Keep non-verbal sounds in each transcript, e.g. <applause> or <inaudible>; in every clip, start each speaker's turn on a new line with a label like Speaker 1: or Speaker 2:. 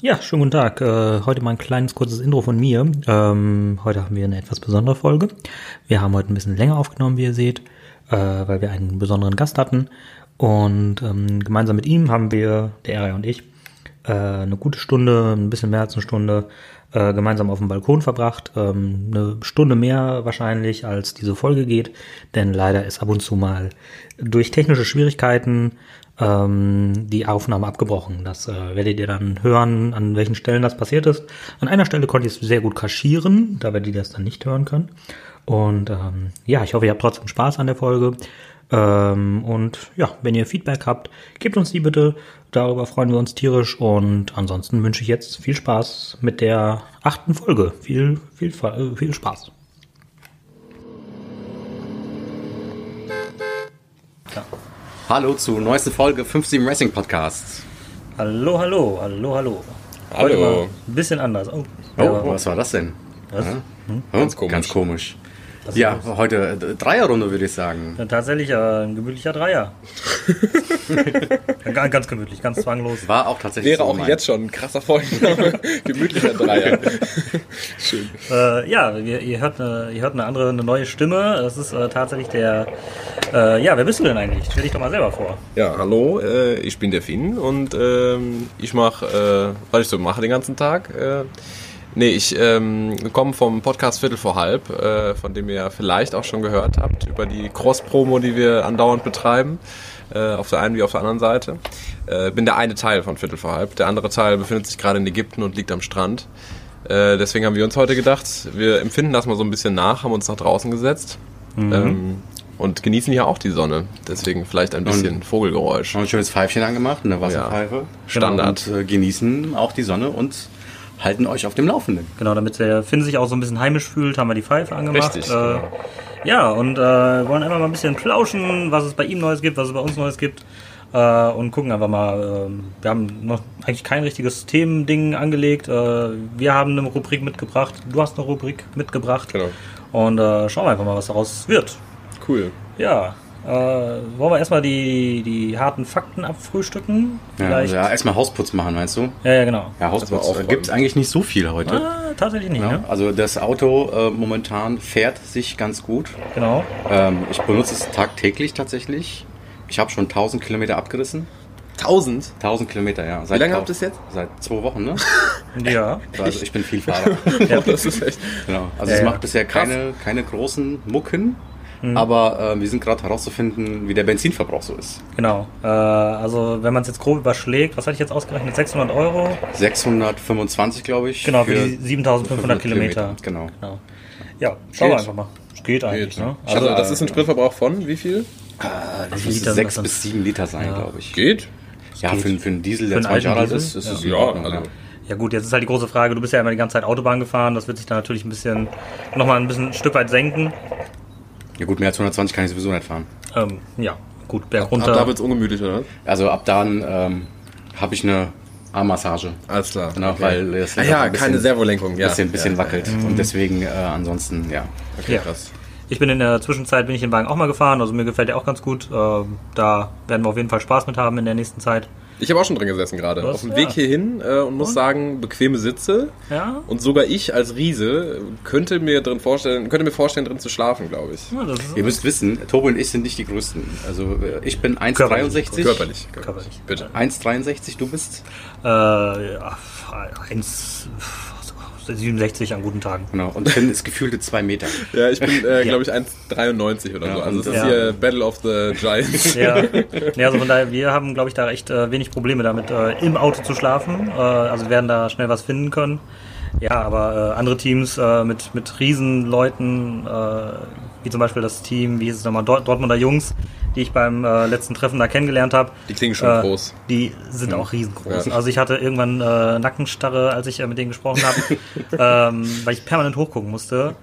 Speaker 1: Ja, schönen guten Tag. Äh, heute mal ein kleines kurzes Intro von mir. Ähm, heute haben wir eine etwas besondere Folge. Wir haben heute ein bisschen länger aufgenommen, wie ihr seht, äh, weil wir einen besonderen Gast hatten. Und ähm, gemeinsam mit ihm haben wir, der Area und ich, äh, eine gute Stunde, ein bisschen mehr als eine Stunde, äh, gemeinsam auf dem Balkon verbracht. Ähm, eine Stunde mehr wahrscheinlich, als diese Folge geht, denn leider ist ab und zu mal durch technische Schwierigkeiten ähm, die Aufnahme abgebrochen. Das äh, werdet ihr dann hören, an welchen Stellen das passiert ist. An einer Stelle konnte ich es sehr gut kaschieren, da werdet ihr das dann nicht hören können. Und ähm, ja, ich hoffe, ihr habt trotzdem Spaß an der Folge. Ähm, und ja, wenn ihr Feedback habt, gebt uns die bitte. Darüber freuen wir uns tierisch. Und ansonsten wünsche ich jetzt viel Spaß mit der achten Folge. Viel, viel, äh, viel Spaß.
Speaker 2: Hallo zu neueste Folge 57 Racing Podcast.
Speaker 1: Hallo, hallo, hallo, hallo.
Speaker 3: Hallo.
Speaker 1: mal ein bisschen anders. Oh,
Speaker 2: Oh,
Speaker 1: ja, Hm?
Speaker 2: was war das denn?
Speaker 1: was?
Speaker 2: Ganz
Speaker 3: komisch.
Speaker 2: Ganz komisch. Ja, heute äh, Dreierrunde würde ich sagen.
Speaker 1: Ja, tatsächlich äh, ein gemütlicher Dreier. ganz, ganz gemütlich, ganz zwanglos.
Speaker 2: War auch tatsächlich so
Speaker 3: Wäre auch
Speaker 2: gemeint.
Speaker 3: jetzt schon ein krasser <laughs> Folgenname. Gemütlicher Dreier. <laughs> Schön.
Speaker 1: Äh, ja, wir, ihr, hört eine, ihr hört eine andere, eine neue Stimme. Es ist äh, tatsächlich der. Äh, ja, wer bist du denn eigentlich? Stell dich doch mal selber vor.
Speaker 3: Ja, hallo, äh, ich bin der Finn und ähm, ich mache, äh, was ich so mache den ganzen Tag. Äh, nee, ich ähm, komme vom Podcast Viertel vor Halb, äh, von dem ihr vielleicht auch schon gehört habt, über die Cross-Promo, die wir andauernd betreiben, äh, auf der einen wie auf der anderen Seite. Äh, bin der eine Teil von Viertel vor Halb, der andere Teil befindet sich gerade in Ägypten und liegt am Strand. Äh, deswegen haben wir uns heute gedacht, wir empfinden das mal so ein bisschen nach, haben uns nach draußen gesetzt. Ähm, und genießen ja auch die Sonne. Deswegen vielleicht ein bisschen Vogelgeräusch.
Speaker 2: Haben ein schönes Pfeifchen angemacht, eine
Speaker 3: ja.
Speaker 2: Wasserpfeife.
Speaker 3: Standard.
Speaker 2: Und äh, genießen auch die Sonne und halten euch auf dem Laufenden.
Speaker 1: Genau, damit der Finn sich auch so ein bisschen heimisch fühlt, haben wir die Pfeife angemacht.
Speaker 3: Richtig,
Speaker 1: Äh,
Speaker 3: genau.
Speaker 1: Ja, und äh, wollen einfach mal ein bisschen plauschen, was es bei ihm Neues gibt, was es bei uns Neues gibt. Äh, und gucken einfach mal. Äh, wir haben noch eigentlich kein richtiges Themending angelegt. Äh, wir haben eine Rubrik mitgebracht. Du hast eine Rubrik mitgebracht.
Speaker 3: Genau.
Speaker 1: Und äh, schauen wir einfach mal, was daraus wird.
Speaker 3: Cool.
Speaker 1: Ja, äh, wollen wir erstmal die, die harten Fakten abfrühstücken?
Speaker 2: Ja,
Speaker 1: Vielleicht.
Speaker 2: ja, erstmal Hausputz machen, meinst du?
Speaker 1: ja, ja genau.
Speaker 2: Ja,
Speaker 3: Erstmal
Speaker 2: Hausputz
Speaker 3: aufräumen.
Speaker 2: gibt es eigentlich nicht so viel heute.
Speaker 1: Ah, tatsächlich nicht,
Speaker 2: Ja,
Speaker 1: ne?
Speaker 2: also das Auto äh, momentan fährt sich ganz gut.
Speaker 1: Genau.
Speaker 2: Ähm, ich benutze es tagtäglich tatsächlich. Ich habe schon 1000 Kilometer abgerissen.
Speaker 3: 1000?
Speaker 2: 1000 Kilometer, ja. Seit
Speaker 3: Wie lange
Speaker 2: tau-
Speaker 3: habt ihr es jetzt?
Speaker 2: Seit zwei Wochen,
Speaker 3: <laughs>
Speaker 2: ne?
Speaker 1: Ja.
Speaker 2: Also ich bin viel Fahrer.
Speaker 1: Ja.
Speaker 3: Das ist echt.
Speaker 2: Genau. Also
Speaker 1: Ja,
Speaker 2: es
Speaker 3: Äh,
Speaker 1: ja.
Speaker 2: macht bisher keine, keine großen Mucken,
Speaker 1: Mhm.
Speaker 2: aber äh, wir sind gerade herauszufinden, wie der Benzinverbrauch so ist.
Speaker 1: Genau. Äh, also wenn man es jetzt grob überschlägt, was hatte ich jetzt ausgerechnet? 600 Euro?
Speaker 2: 625, glaube ich.
Speaker 1: Genau, für, die 7500 Kilometer.
Speaker 2: Genau.
Speaker 1: genau. Ja, schauen wir
Speaker 3: Geht.
Speaker 1: einfach mal. Es geht eigentlich, ne?
Speaker 3: Also, das ist ein Spritverbrauch von wie viel?
Speaker 2: Das
Speaker 1: Wie viel
Speaker 2: müssen
Speaker 1: Liter sind
Speaker 2: sechs
Speaker 1: das
Speaker 2: bis sieben Liter sein,
Speaker 1: Ja.
Speaker 2: glaube ich.
Speaker 3: Geht.
Speaker 2: Ja,
Speaker 1: geht.
Speaker 2: für, einen- für einen Diesel, der
Speaker 1: Für einen
Speaker 2: 20 Jahre alt
Speaker 1: alten
Speaker 2: ist, ist
Speaker 1: Diesel?
Speaker 2: es
Speaker 3: Ja,
Speaker 2: in Ordnung,
Speaker 3: also.
Speaker 1: Ja gut, jetzt ist halt die große Frage, du bist ja immer die ganze Zeit Autobahn gefahren, das wird sich dann natürlich ein bisschen, nochmal ein bisschen ein Stück weit senken.
Speaker 2: Ja gut, mehr als 120 kann ich sowieso nicht fahren.
Speaker 1: Ähm, ja, gut, berg
Speaker 3: Ab
Speaker 1: runter.
Speaker 3: da wird's ungemütlich, oder?
Speaker 2: Also ab dann ähm, habe ich eine Armmassage.
Speaker 3: Alles klar.
Speaker 2: Genau, weil das
Speaker 3: ah,
Speaker 2: Lenkrad
Speaker 3: ja,
Speaker 2: ein bisschen-
Speaker 3: keine Servolenkung. Ja.
Speaker 2: bisschen, bisschen
Speaker 3: ja, Mhm.
Speaker 2: wackelt. Und deswegen äh, ansonsten, ja.
Speaker 3: Okay,
Speaker 1: Ja.
Speaker 3: krass.
Speaker 1: Ich bin in der Zwischenzeit, bin ich den Wagen auch mal gefahren, also mir gefällt der auch ganz gut. Ähm, da werden wir auf jeden Fall Spaß mit haben in der nächsten Zeit.
Speaker 3: Ich habe auch schon drin gesessen gerade.
Speaker 1: Was?
Speaker 3: Auf dem
Speaker 1: Ja.
Speaker 3: Weg hierhin äh, und muss sagen, bequeme Sitze.
Speaker 1: Ja,
Speaker 3: Und sogar ich als Riese könnte mir drin vorstellen, könnte mir vorstellen, drin zu schlafen, glaube ich.
Speaker 1: ja das ist
Speaker 2: Ihr müsst wissen, Tobi und ich sind nicht die Größten. Also äh, ich bin 1,63.
Speaker 3: Körperlich.
Speaker 1: Körperlich.
Speaker 3: Bitte.
Speaker 2: 1,63, du bist?
Speaker 1: äh, ja, 1, 67 an guten Tagen.
Speaker 2: Genau. Und Finn ist gefühlte zwei Meter.
Speaker 3: Ja, ich bin, äh, glaube ich, 1,93 oder
Speaker 2: Ja,
Speaker 3: so.
Speaker 2: und
Speaker 3: Also es ist
Speaker 1: das-
Speaker 3: hier Battle of the Giants.
Speaker 1: Ja, ja also von daher, wir haben, glaube ich, da echt äh, wenig Probleme damit, äh, im Auto zu schlafen. Äh, also werden da schnell was finden können. Ja, aber äh, andere Teams äh, mit, mit Riesenleuten, äh, wie zum Beispiel das Team, wie hieß es nochmal, Dort Dortmunder Jungs, die ich beim äh, letzten Treffen da kennengelernt Äh, habe.
Speaker 3: Die klingen schon groß.
Speaker 1: Die sind auch riesengroß.
Speaker 3: Ja.
Speaker 1: Also ich hatte irgendwann äh, Nackenstarre, als ich äh, mit denen gesprochen habe, ähm, weil ich permanent hochgucken musste.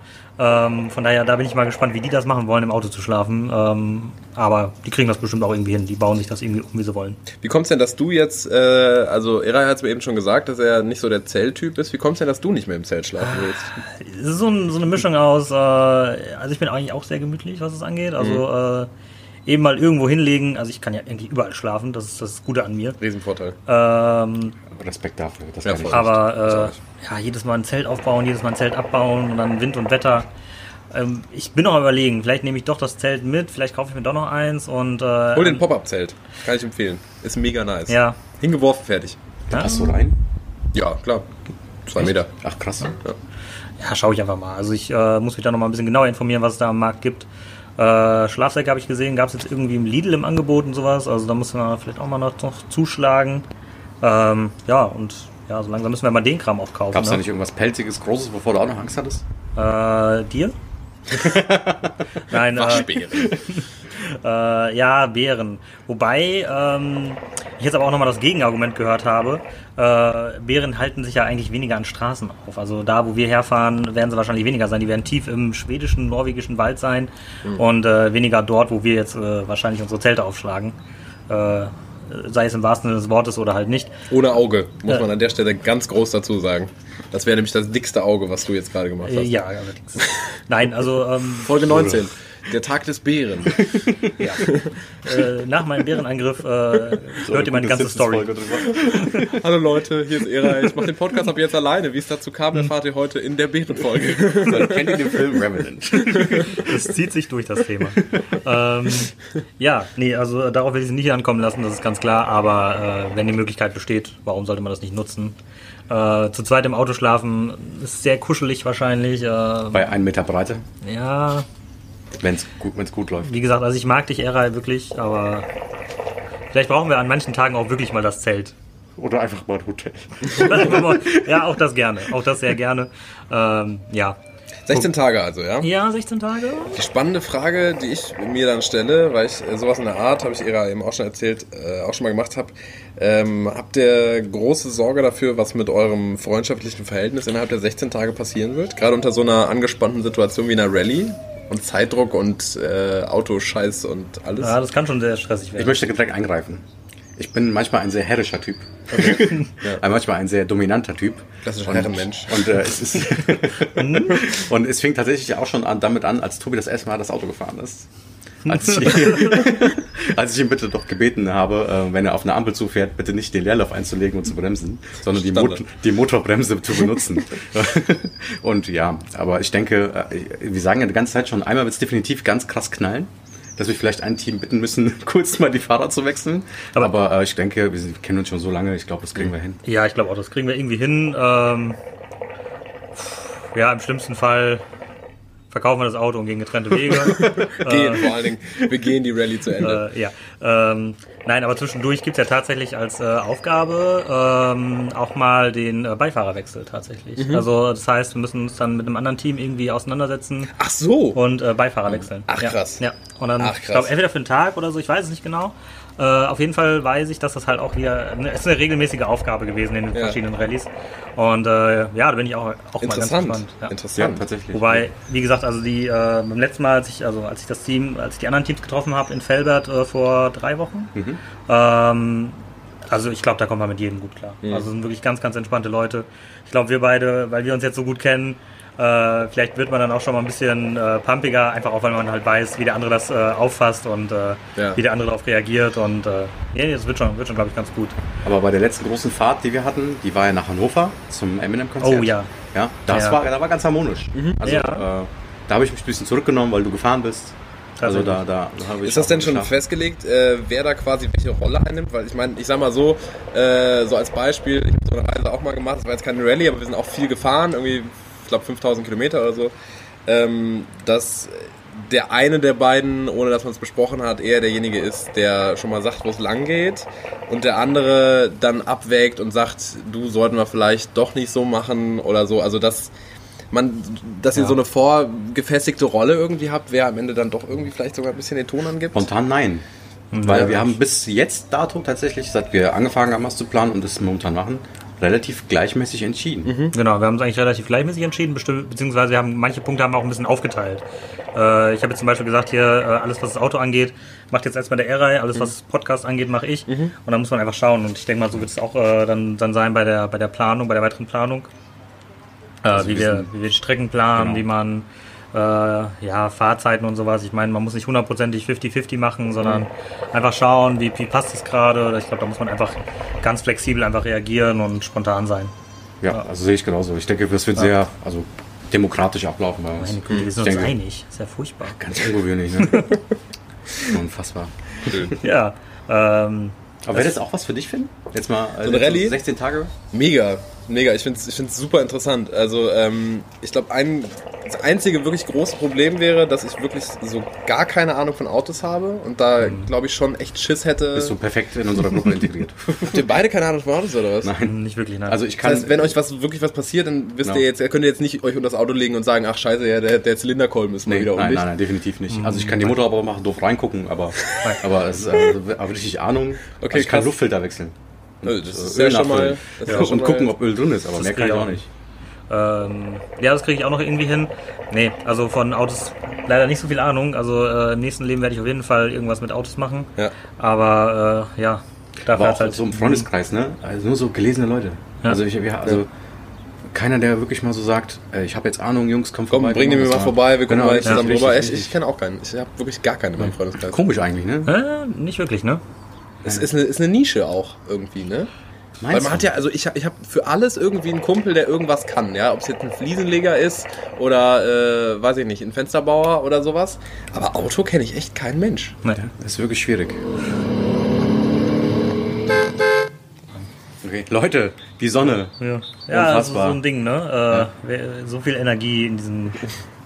Speaker 1: Ähm, von daher, da bin ich mal gespannt, wie die das machen wollen, im Auto zu schlafen. Ähm, aber die kriegen das bestimmt auch irgendwie hin. Die bauen sich das irgendwie um, wie sie wollen.
Speaker 3: Wie kommt es denn, dass du jetzt, äh, also Eray hat es mir eben schon gesagt, dass er nicht so der Zelltyp ist. Wie kommt es denn, dass du nicht mehr im Zelt schlafen willst?
Speaker 1: Es ist so, ein, so eine Mischung aus, äh, also ich bin eigentlich auch sehr gemütlich, was es angeht. Also äh, eben mal irgendwo hinlegen. Also ich kann ja eigentlich überall schlafen, das ist das Gute an mir.
Speaker 3: Riesenvorteil.
Speaker 1: Ähm,
Speaker 2: Respekt dafür. Das
Speaker 3: Ja,
Speaker 2: kann ich.
Speaker 3: voll.
Speaker 1: aber äh, ja, jedes Mal ein Zelt aufbauen, jedes Mal ein Zelt abbauen und dann Wind und Wetter. Ähm, ich bin noch am überlegen, vielleicht nehme ich doch das Zelt mit, vielleicht kaufe ich mir doch noch eins und äh,
Speaker 3: Hol den Pop-Up-Zelt. Kann ich empfehlen. Ist mega nice.
Speaker 1: Ja. ne?
Speaker 3: Hingeworfen, fertig.
Speaker 1: ja,
Speaker 2: Passt so rein?
Speaker 3: Ja, klar. Zwei Meter.
Speaker 2: Ach krass.
Speaker 1: ja, schaue ich einfach mal. Also ich äh, muss mich da noch mal ein bisschen genauer informieren, was es da am Markt gibt. Äh, Schlafsäcke habe ich gesehen, gab es jetzt irgendwie im Lidl im Angebot und sowas. Also da muss man vielleicht auch mal noch, noch zuschlagen. Ähm, ja, und ja, so langsam müssen wir mal den Kram auch kaufen.
Speaker 2: Gab es da
Speaker 1: ne?
Speaker 2: nicht irgendwas Pelziges, Großes, wovor du auch noch Angst hattest?
Speaker 1: Äh,
Speaker 2: <laughs>
Speaker 1: dir? Nein, äh,
Speaker 3: Waschbeere.
Speaker 1: Äh, ja, Beeren. Wobei ähm, ich jetzt aber auch nochmal das Gegenargument gehört habe. Äh, Beeren halten sich ja eigentlich weniger an Straßen auf. Also da, wo wir herfahren, werden sie wahrscheinlich weniger sein. Die werden tief im schwedischen, norwegischen Wald sein und äh, weniger dort, wo wir jetzt äh, wahrscheinlich unsere Zelte aufschlagen. Äh, sei es im wahrsten Sinne des Wortes oder halt nicht.
Speaker 3: Ohne Auge, muss
Speaker 1: Ja.
Speaker 3: man an der Stelle ganz groß dazu sagen. Das wäre nämlich das dickste Auge, was du jetzt gerade gemacht hast.
Speaker 1: Äh, ja, allerdings. <laughs> Nein, also ähm,
Speaker 3: Folge 19. Der Tag des Bären.
Speaker 1: ja. äh, nach meinem <laughs> Bärenangriff äh, hört ihr meine ganze Story.
Speaker 3: <laughs> Hallo Leute, hier ist Era. Ich mache den Podcast ab jetzt alleine. Wie es dazu kam,
Speaker 1: Hm.
Speaker 3: erfahrt ihr heute in der Bärenfolge. <laughs>
Speaker 2: Man kennt ihr den Film Revenant?
Speaker 1: Es zieht sich durch das Thema. ähm, ja, nee, also äh, darauf will ich es nicht ankommen lassen, das ist ganz klar. Aber äh, wenn die Möglichkeit besteht, warum sollte man das nicht nutzen? Äh, zu zweit im Auto schlafen ist sehr kuschelig wahrscheinlich. Äh,
Speaker 2: Bei 1 Meter Breite,
Speaker 1: ja,
Speaker 2: wenn es gut, wenn's gut läuft.
Speaker 1: wie gesagt, also ich mag dich, Era, wirklich, aber vielleicht brauchen wir an manchen Tagen auch wirklich mal das Zelt. <laughs>
Speaker 2: Oder einfach mal ein Hotel.
Speaker 1: ja, auch das gerne, auch das sehr gerne. Ähm, ja.
Speaker 3: 16 Tage also, ja?
Speaker 1: Ja, 16 Tage?
Speaker 3: Die spannende Frage, die ich mir dann stelle, weil ich äh, sowas in der Art, habe ich Era eben auch schon erzählt, äh, auch schon mal gemacht habe, ähm, habt ihr große Sorge dafür, was mit eurem freundschaftlichen Verhältnis innerhalb der 16 Tage passieren wird? Gerade unter so einer angespannten Situation wie einer Rallye und Zeitdruck und äh, Autoscheiß und alles.
Speaker 1: Ja, das kann schon sehr stressig
Speaker 2: Ich
Speaker 1: werden.
Speaker 2: möchte direkt eingreifen. Ich bin manchmal ein sehr herrischer Typ. <laughs> Aber Manchmal ein sehr dominanter Typ.
Speaker 3: Klassischer
Speaker 2: Und-
Speaker 3: Herrenmensch.
Speaker 2: Und, äh, es ist und es fing tatsächlich auch schon an, damit an, als Tobi das erste Mal das Auto gefahren ist. Als ich, als ich ihn bitte doch gebeten habe, äh, wenn er auf eine Ampel zufährt, bitte nicht den Leerlauf einzulegen und zu bremsen, sondern die,
Speaker 3: Standard.
Speaker 2: Mot die Motorbremse zu benutzen. <laughs> und ja, aber ich denke, äh, wir sagen ja die ganze Zeit schon, einmal wird es definitiv ganz krass knallen, dass wir vielleicht ein Team bitten müssen, <laughs> kurz mal die Fahrer zu wechseln. Aber, äh, ich denke, wir sind- kennen uns schon so lange, ich glaube, das kriegen wir hin.
Speaker 1: Ja, ich glaube auch, das kriegen wir irgendwie hin. Ähm, ja, im schlimmsten Fall verkaufen wir das Auto und gehen getrennte Wege.
Speaker 3: äh,
Speaker 1: <laughs>
Speaker 3: gehen vor allen Dingen. Wir gehen die Rallye zu Ende.
Speaker 1: äh, ja. Ähm, nein, aber zwischendurch gibt's ja tatsächlich als äh, Aufgabe ähm, auch mal den äh, Beifahrerwechsel tatsächlich. Also das heißt, wir müssen uns dann mit einem anderen Team irgendwie auseinandersetzen
Speaker 3: Ach so.
Speaker 1: und äh, Beifahrer wechseln.
Speaker 3: Oh. Hm. Ach,
Speaker 1: ja.
Speaker 3: krass.
Speaker 1: Ja. Und dann,
Speaker 3: Ach,
Speaker 1: ich
Speaker 3: krass.
Speaker 1: glaube, entweder für einen Tag oder so, ich weiß es nicht genau. Äh, auf jeden Fall weiß ich, dass das halt auch hier, ne, es ist eine regelmäßige Aufgabe gewesen in den
Speaker 3: Ja.
Speaker 1: verschiedenen Rallyes. Und äh, ja, da bin ich auch, auch mal ganz
Speaker 3: Interessant.
Speaker 1: gespannt. Ja.
Speaker 3: Interessant.
Speaker 2: tatsächlich.
Speaker 1: Wobei, wie gesagt, also die äh, beim letzten Mal, als ich, also als ich das Team, als ich die anderen Teams getroffen habe in Felbert äh, vor drei Wochen, ähm, also ich glaube, da kommt man mit jedem gut klar. Also sind wirklich ganz, ganz entspannte Leute. Ich glaube, wir beide, weil wir uns jetzt so gut kennen, äh, vielleicht wird man dann auch schon mal ein bisschen äh, pumpiger, einfach auch weil man halt weiß, wie der andere das äh, auffasst und äh,
Speaker 3: Ja.
Speaker 1: wie der andere darauf reagiert. Und äh, ja, nee, das wird schon, wird schon, glaube ich, ganz gut.
Speaker 2: Aber bei der letzten großen Fahrt, die wir hatten, die war ja nach Hannover zum Eminem-Konzert.
Speaker 1: Oh ja.
Speaker 2: Ja, das
Speaker 1: Ja. Mhm.
Speaker 2: war, da war ganz harmonisch. Also,
Speaker 1: Ja.
Speaker 2: äh, da habe ich mich ein bisschen zurückgenommen, weil du gefahren bist. Also,
Speaker 1: Tatsächlich.
Speaker 2: da, da, da habe ich.
Speaker 3: Ist das
Speaker 2: auch
Speaker 3: denn schon
Speaker 2: geschafft.
Speaker 3: festgelegt, äh, wer da quasi welche Rolle einnimmt? Weil ich meine, ich sag mal so, äh, so als Beispiel, ich habe so eine Reise auch mal gemacht, das war jetzt keine Rallye, aber wir sind auch viel gefahren, irgendwie, ich glaube 5000 Kilometer oder so, ähm, dass der eine der beiden, ohne dass man es besprochen hat, eher derjenige ist, der schon mal sagt, wo es lang geht und der andere dann abwägt und sagt, du sollten wir vielleicht doch nicht so machen oder so. Also das man, dass ihr so eine vorgefestigte Rolle irgendwie habt, wer am Ende dann doch irgendwie vielleicht sogar ein bisschen den Ton angibt.
Speaker 2: Spontan nein.
Speaker 1: Hm,
Speaker 2: Weil wir haben bis jetzt dato tatsächlich, seit wir angefangen haben, was zu planen und das momentan machen, relativ gleichmäßig entschieden.
Speaker 1: Genau, wir haben uns eigentlich relativ gleichmäßig entschieden, bestimm- beziehungsweise wir haben, manche Punkte haben wir auch ein bisschen aufgeteilt. Äh, ich habe jetzt zum Beispiel gesagt, hier, äh, alles was das Auto angeht, macht jetzt erstmal der Erei, alles was Podcast angeht, mache ich. Und dann muss man einfach schauen. Und ich denke mal, so wird es auch äh, dann, dann sein bei der, bei der Planung, bei der weiteren Planung. Äh, wie, wir, wie wir die Strecken planen, wie man äh, ja, Fahrzeiten und sowas. Ich meine, man muss nicht hundertprozentig 50-50 machen, sondern einfach schauen, wie, wie passt es gerade. Oder Ich glaube, da muss man einfach ganz flexibel einfach reagieren und spontan sein.
Speaker 2: Ja, also sehe ich genauso. Ich denke, das wird sehr also demokratisch ablaufen bei uns.
Speaker 1: Meine Güte, wir sind
Speaker 2: Ich
Speaker 1: uns
Speaker 2: denke,
Speaker 1: einig. Ist
Speaker 2: <laughs>
Speaker 1: ja furchtbar.
Speaker 2: Ganz ungewöhnlich,
Speaker 1: <laughs>
Speaker 2: ne? Unfassbar.
Speaker 1: Ja. Ähm,
Speaker 2: Aber wäre das auch was für dich, Finn? Jetzt mal äh,
Speaker 3: So eine Rallye?
Speaker 2: 16 Tage?
Speaker 3: Mega, mega. Ich finde es ich find's super interessant. Also ähm, ich glaube, ein, das einzige wirklich große Problem wäre, dass ich wirklich so gar keine Ahnung von Autos habe und da, glaube ich, schon echt Schiss hätte.
Speaker 2: Mhm. Bist du perfekt in unserer Gruppe integriert?
Speaker 3: Habt ihr beide keine Ahnung von Autos oder
Speaker 2: <laughs>
Speaker 3: was?
Speaker 2: Nein.
Speaker 1: Hm, nicht wirklich, nein.
Speaker 2: Also ich kann.
Speaker 3: Das heißt, wenn euch was wirklich was passiert, dann wisst
Speaker 2: Genau.
Speaker 3: ihr jetzt, ihr könnt ihr jetzt nicht euch unter das Auto legen und sagen, ach scheiße, ja, der, der Zylinderkolben ist mal
Speaker 2: Nee,
Speaker 3: wieder
Speaker 2: nein,
Speaker 3: undicht.
Speaker 2: nein, nein, definitiv nicht. Also ich kann die Motor aber machen, doof reingucken, aber, aber es ist äh, aber richtig Ahnung.
Speaker 3: Okay,
Speaker 2: also ich kann
Speaker 3: krass.
Speaker 2: Luftfilter wechseln.
Speaker 3: Also, das ist
Speaker 2: Öl
Speaker 3: ja schon mal.
Speaker 2: nachfüllen.
Speaker 3: das ist
Speaker 2: Ja,
Speaker 3: ja schon
Speaker 2: und
Speaker 3: mal-
Speaker 2: gucken, ob Öl drin ist, aber
Speaker 1: Das
Speaker 2: mehr kann ich
Speaker 1: krieg ich
Speaker 2: auch
Speaker 1: auch.
Speaker 2: nicht.
Speaker 1: Ähm, ja, das kriege ich auch noch irgendwie hin. Nee, also von Autos leider nicht so viel Ahnung. Also äh, im nächsten Leben werde ich auf jeden Fall irgendwas mit Autos machen.
Speaker 3: Ja.
Speaker 1: Aber äh, ja, halt dafür
Speaker 2: Aber
Speaker 1: hat's
Speaker 2: auch so im Freundeskreis, ne? halt Also nur so gelesene Leute.
Speaker 1: Ja.
Speaker 2: Also ich, wir, also keiner, der wirklich mal so sagt, äh, ich habe jetzt Ahnung, Jungs, komm
Speaker 3: Komm,
Speaker 2: vorbei.
Speaker 3: bring den mir mal vorbei, wir
Speaker 2: Genau,
Speaker 3: gucken mal zusammen rüber. Ich, ich
Speaker 2: Ich,
Speaker 3: kenne auch keinen. Ich habe wirklich gar keinen in meinem Freundeskreis.
Speaker 2: komisch eigentlich, ne?
Speaker 1: Äh, nicht wirklich, ne?
Speaker 3: Es ist eine, ist eine Nische auch irgendwie, ne? Weil man hat ja, also ich, hab- ich habe für alles irgendwie einen Kumpel, der irgendwas kann, ja. Ob es jetzt ein Fliesenleger ist oder, äh, weiß ich nicht, ein Fensterbauer oder sowas. Aber Auto kenne ich echt keinen Mensch.
Speaker 1: Nee.
Speaker 2: Das ist wirklich schwierig. Okay. Leute, die Sonne.
Speaker 1: Ja, ja das ist so
Speaker 2: Unfassbar.
Speaker 1: ein Ding, ne? Äh, wer- So viel Energie in diesem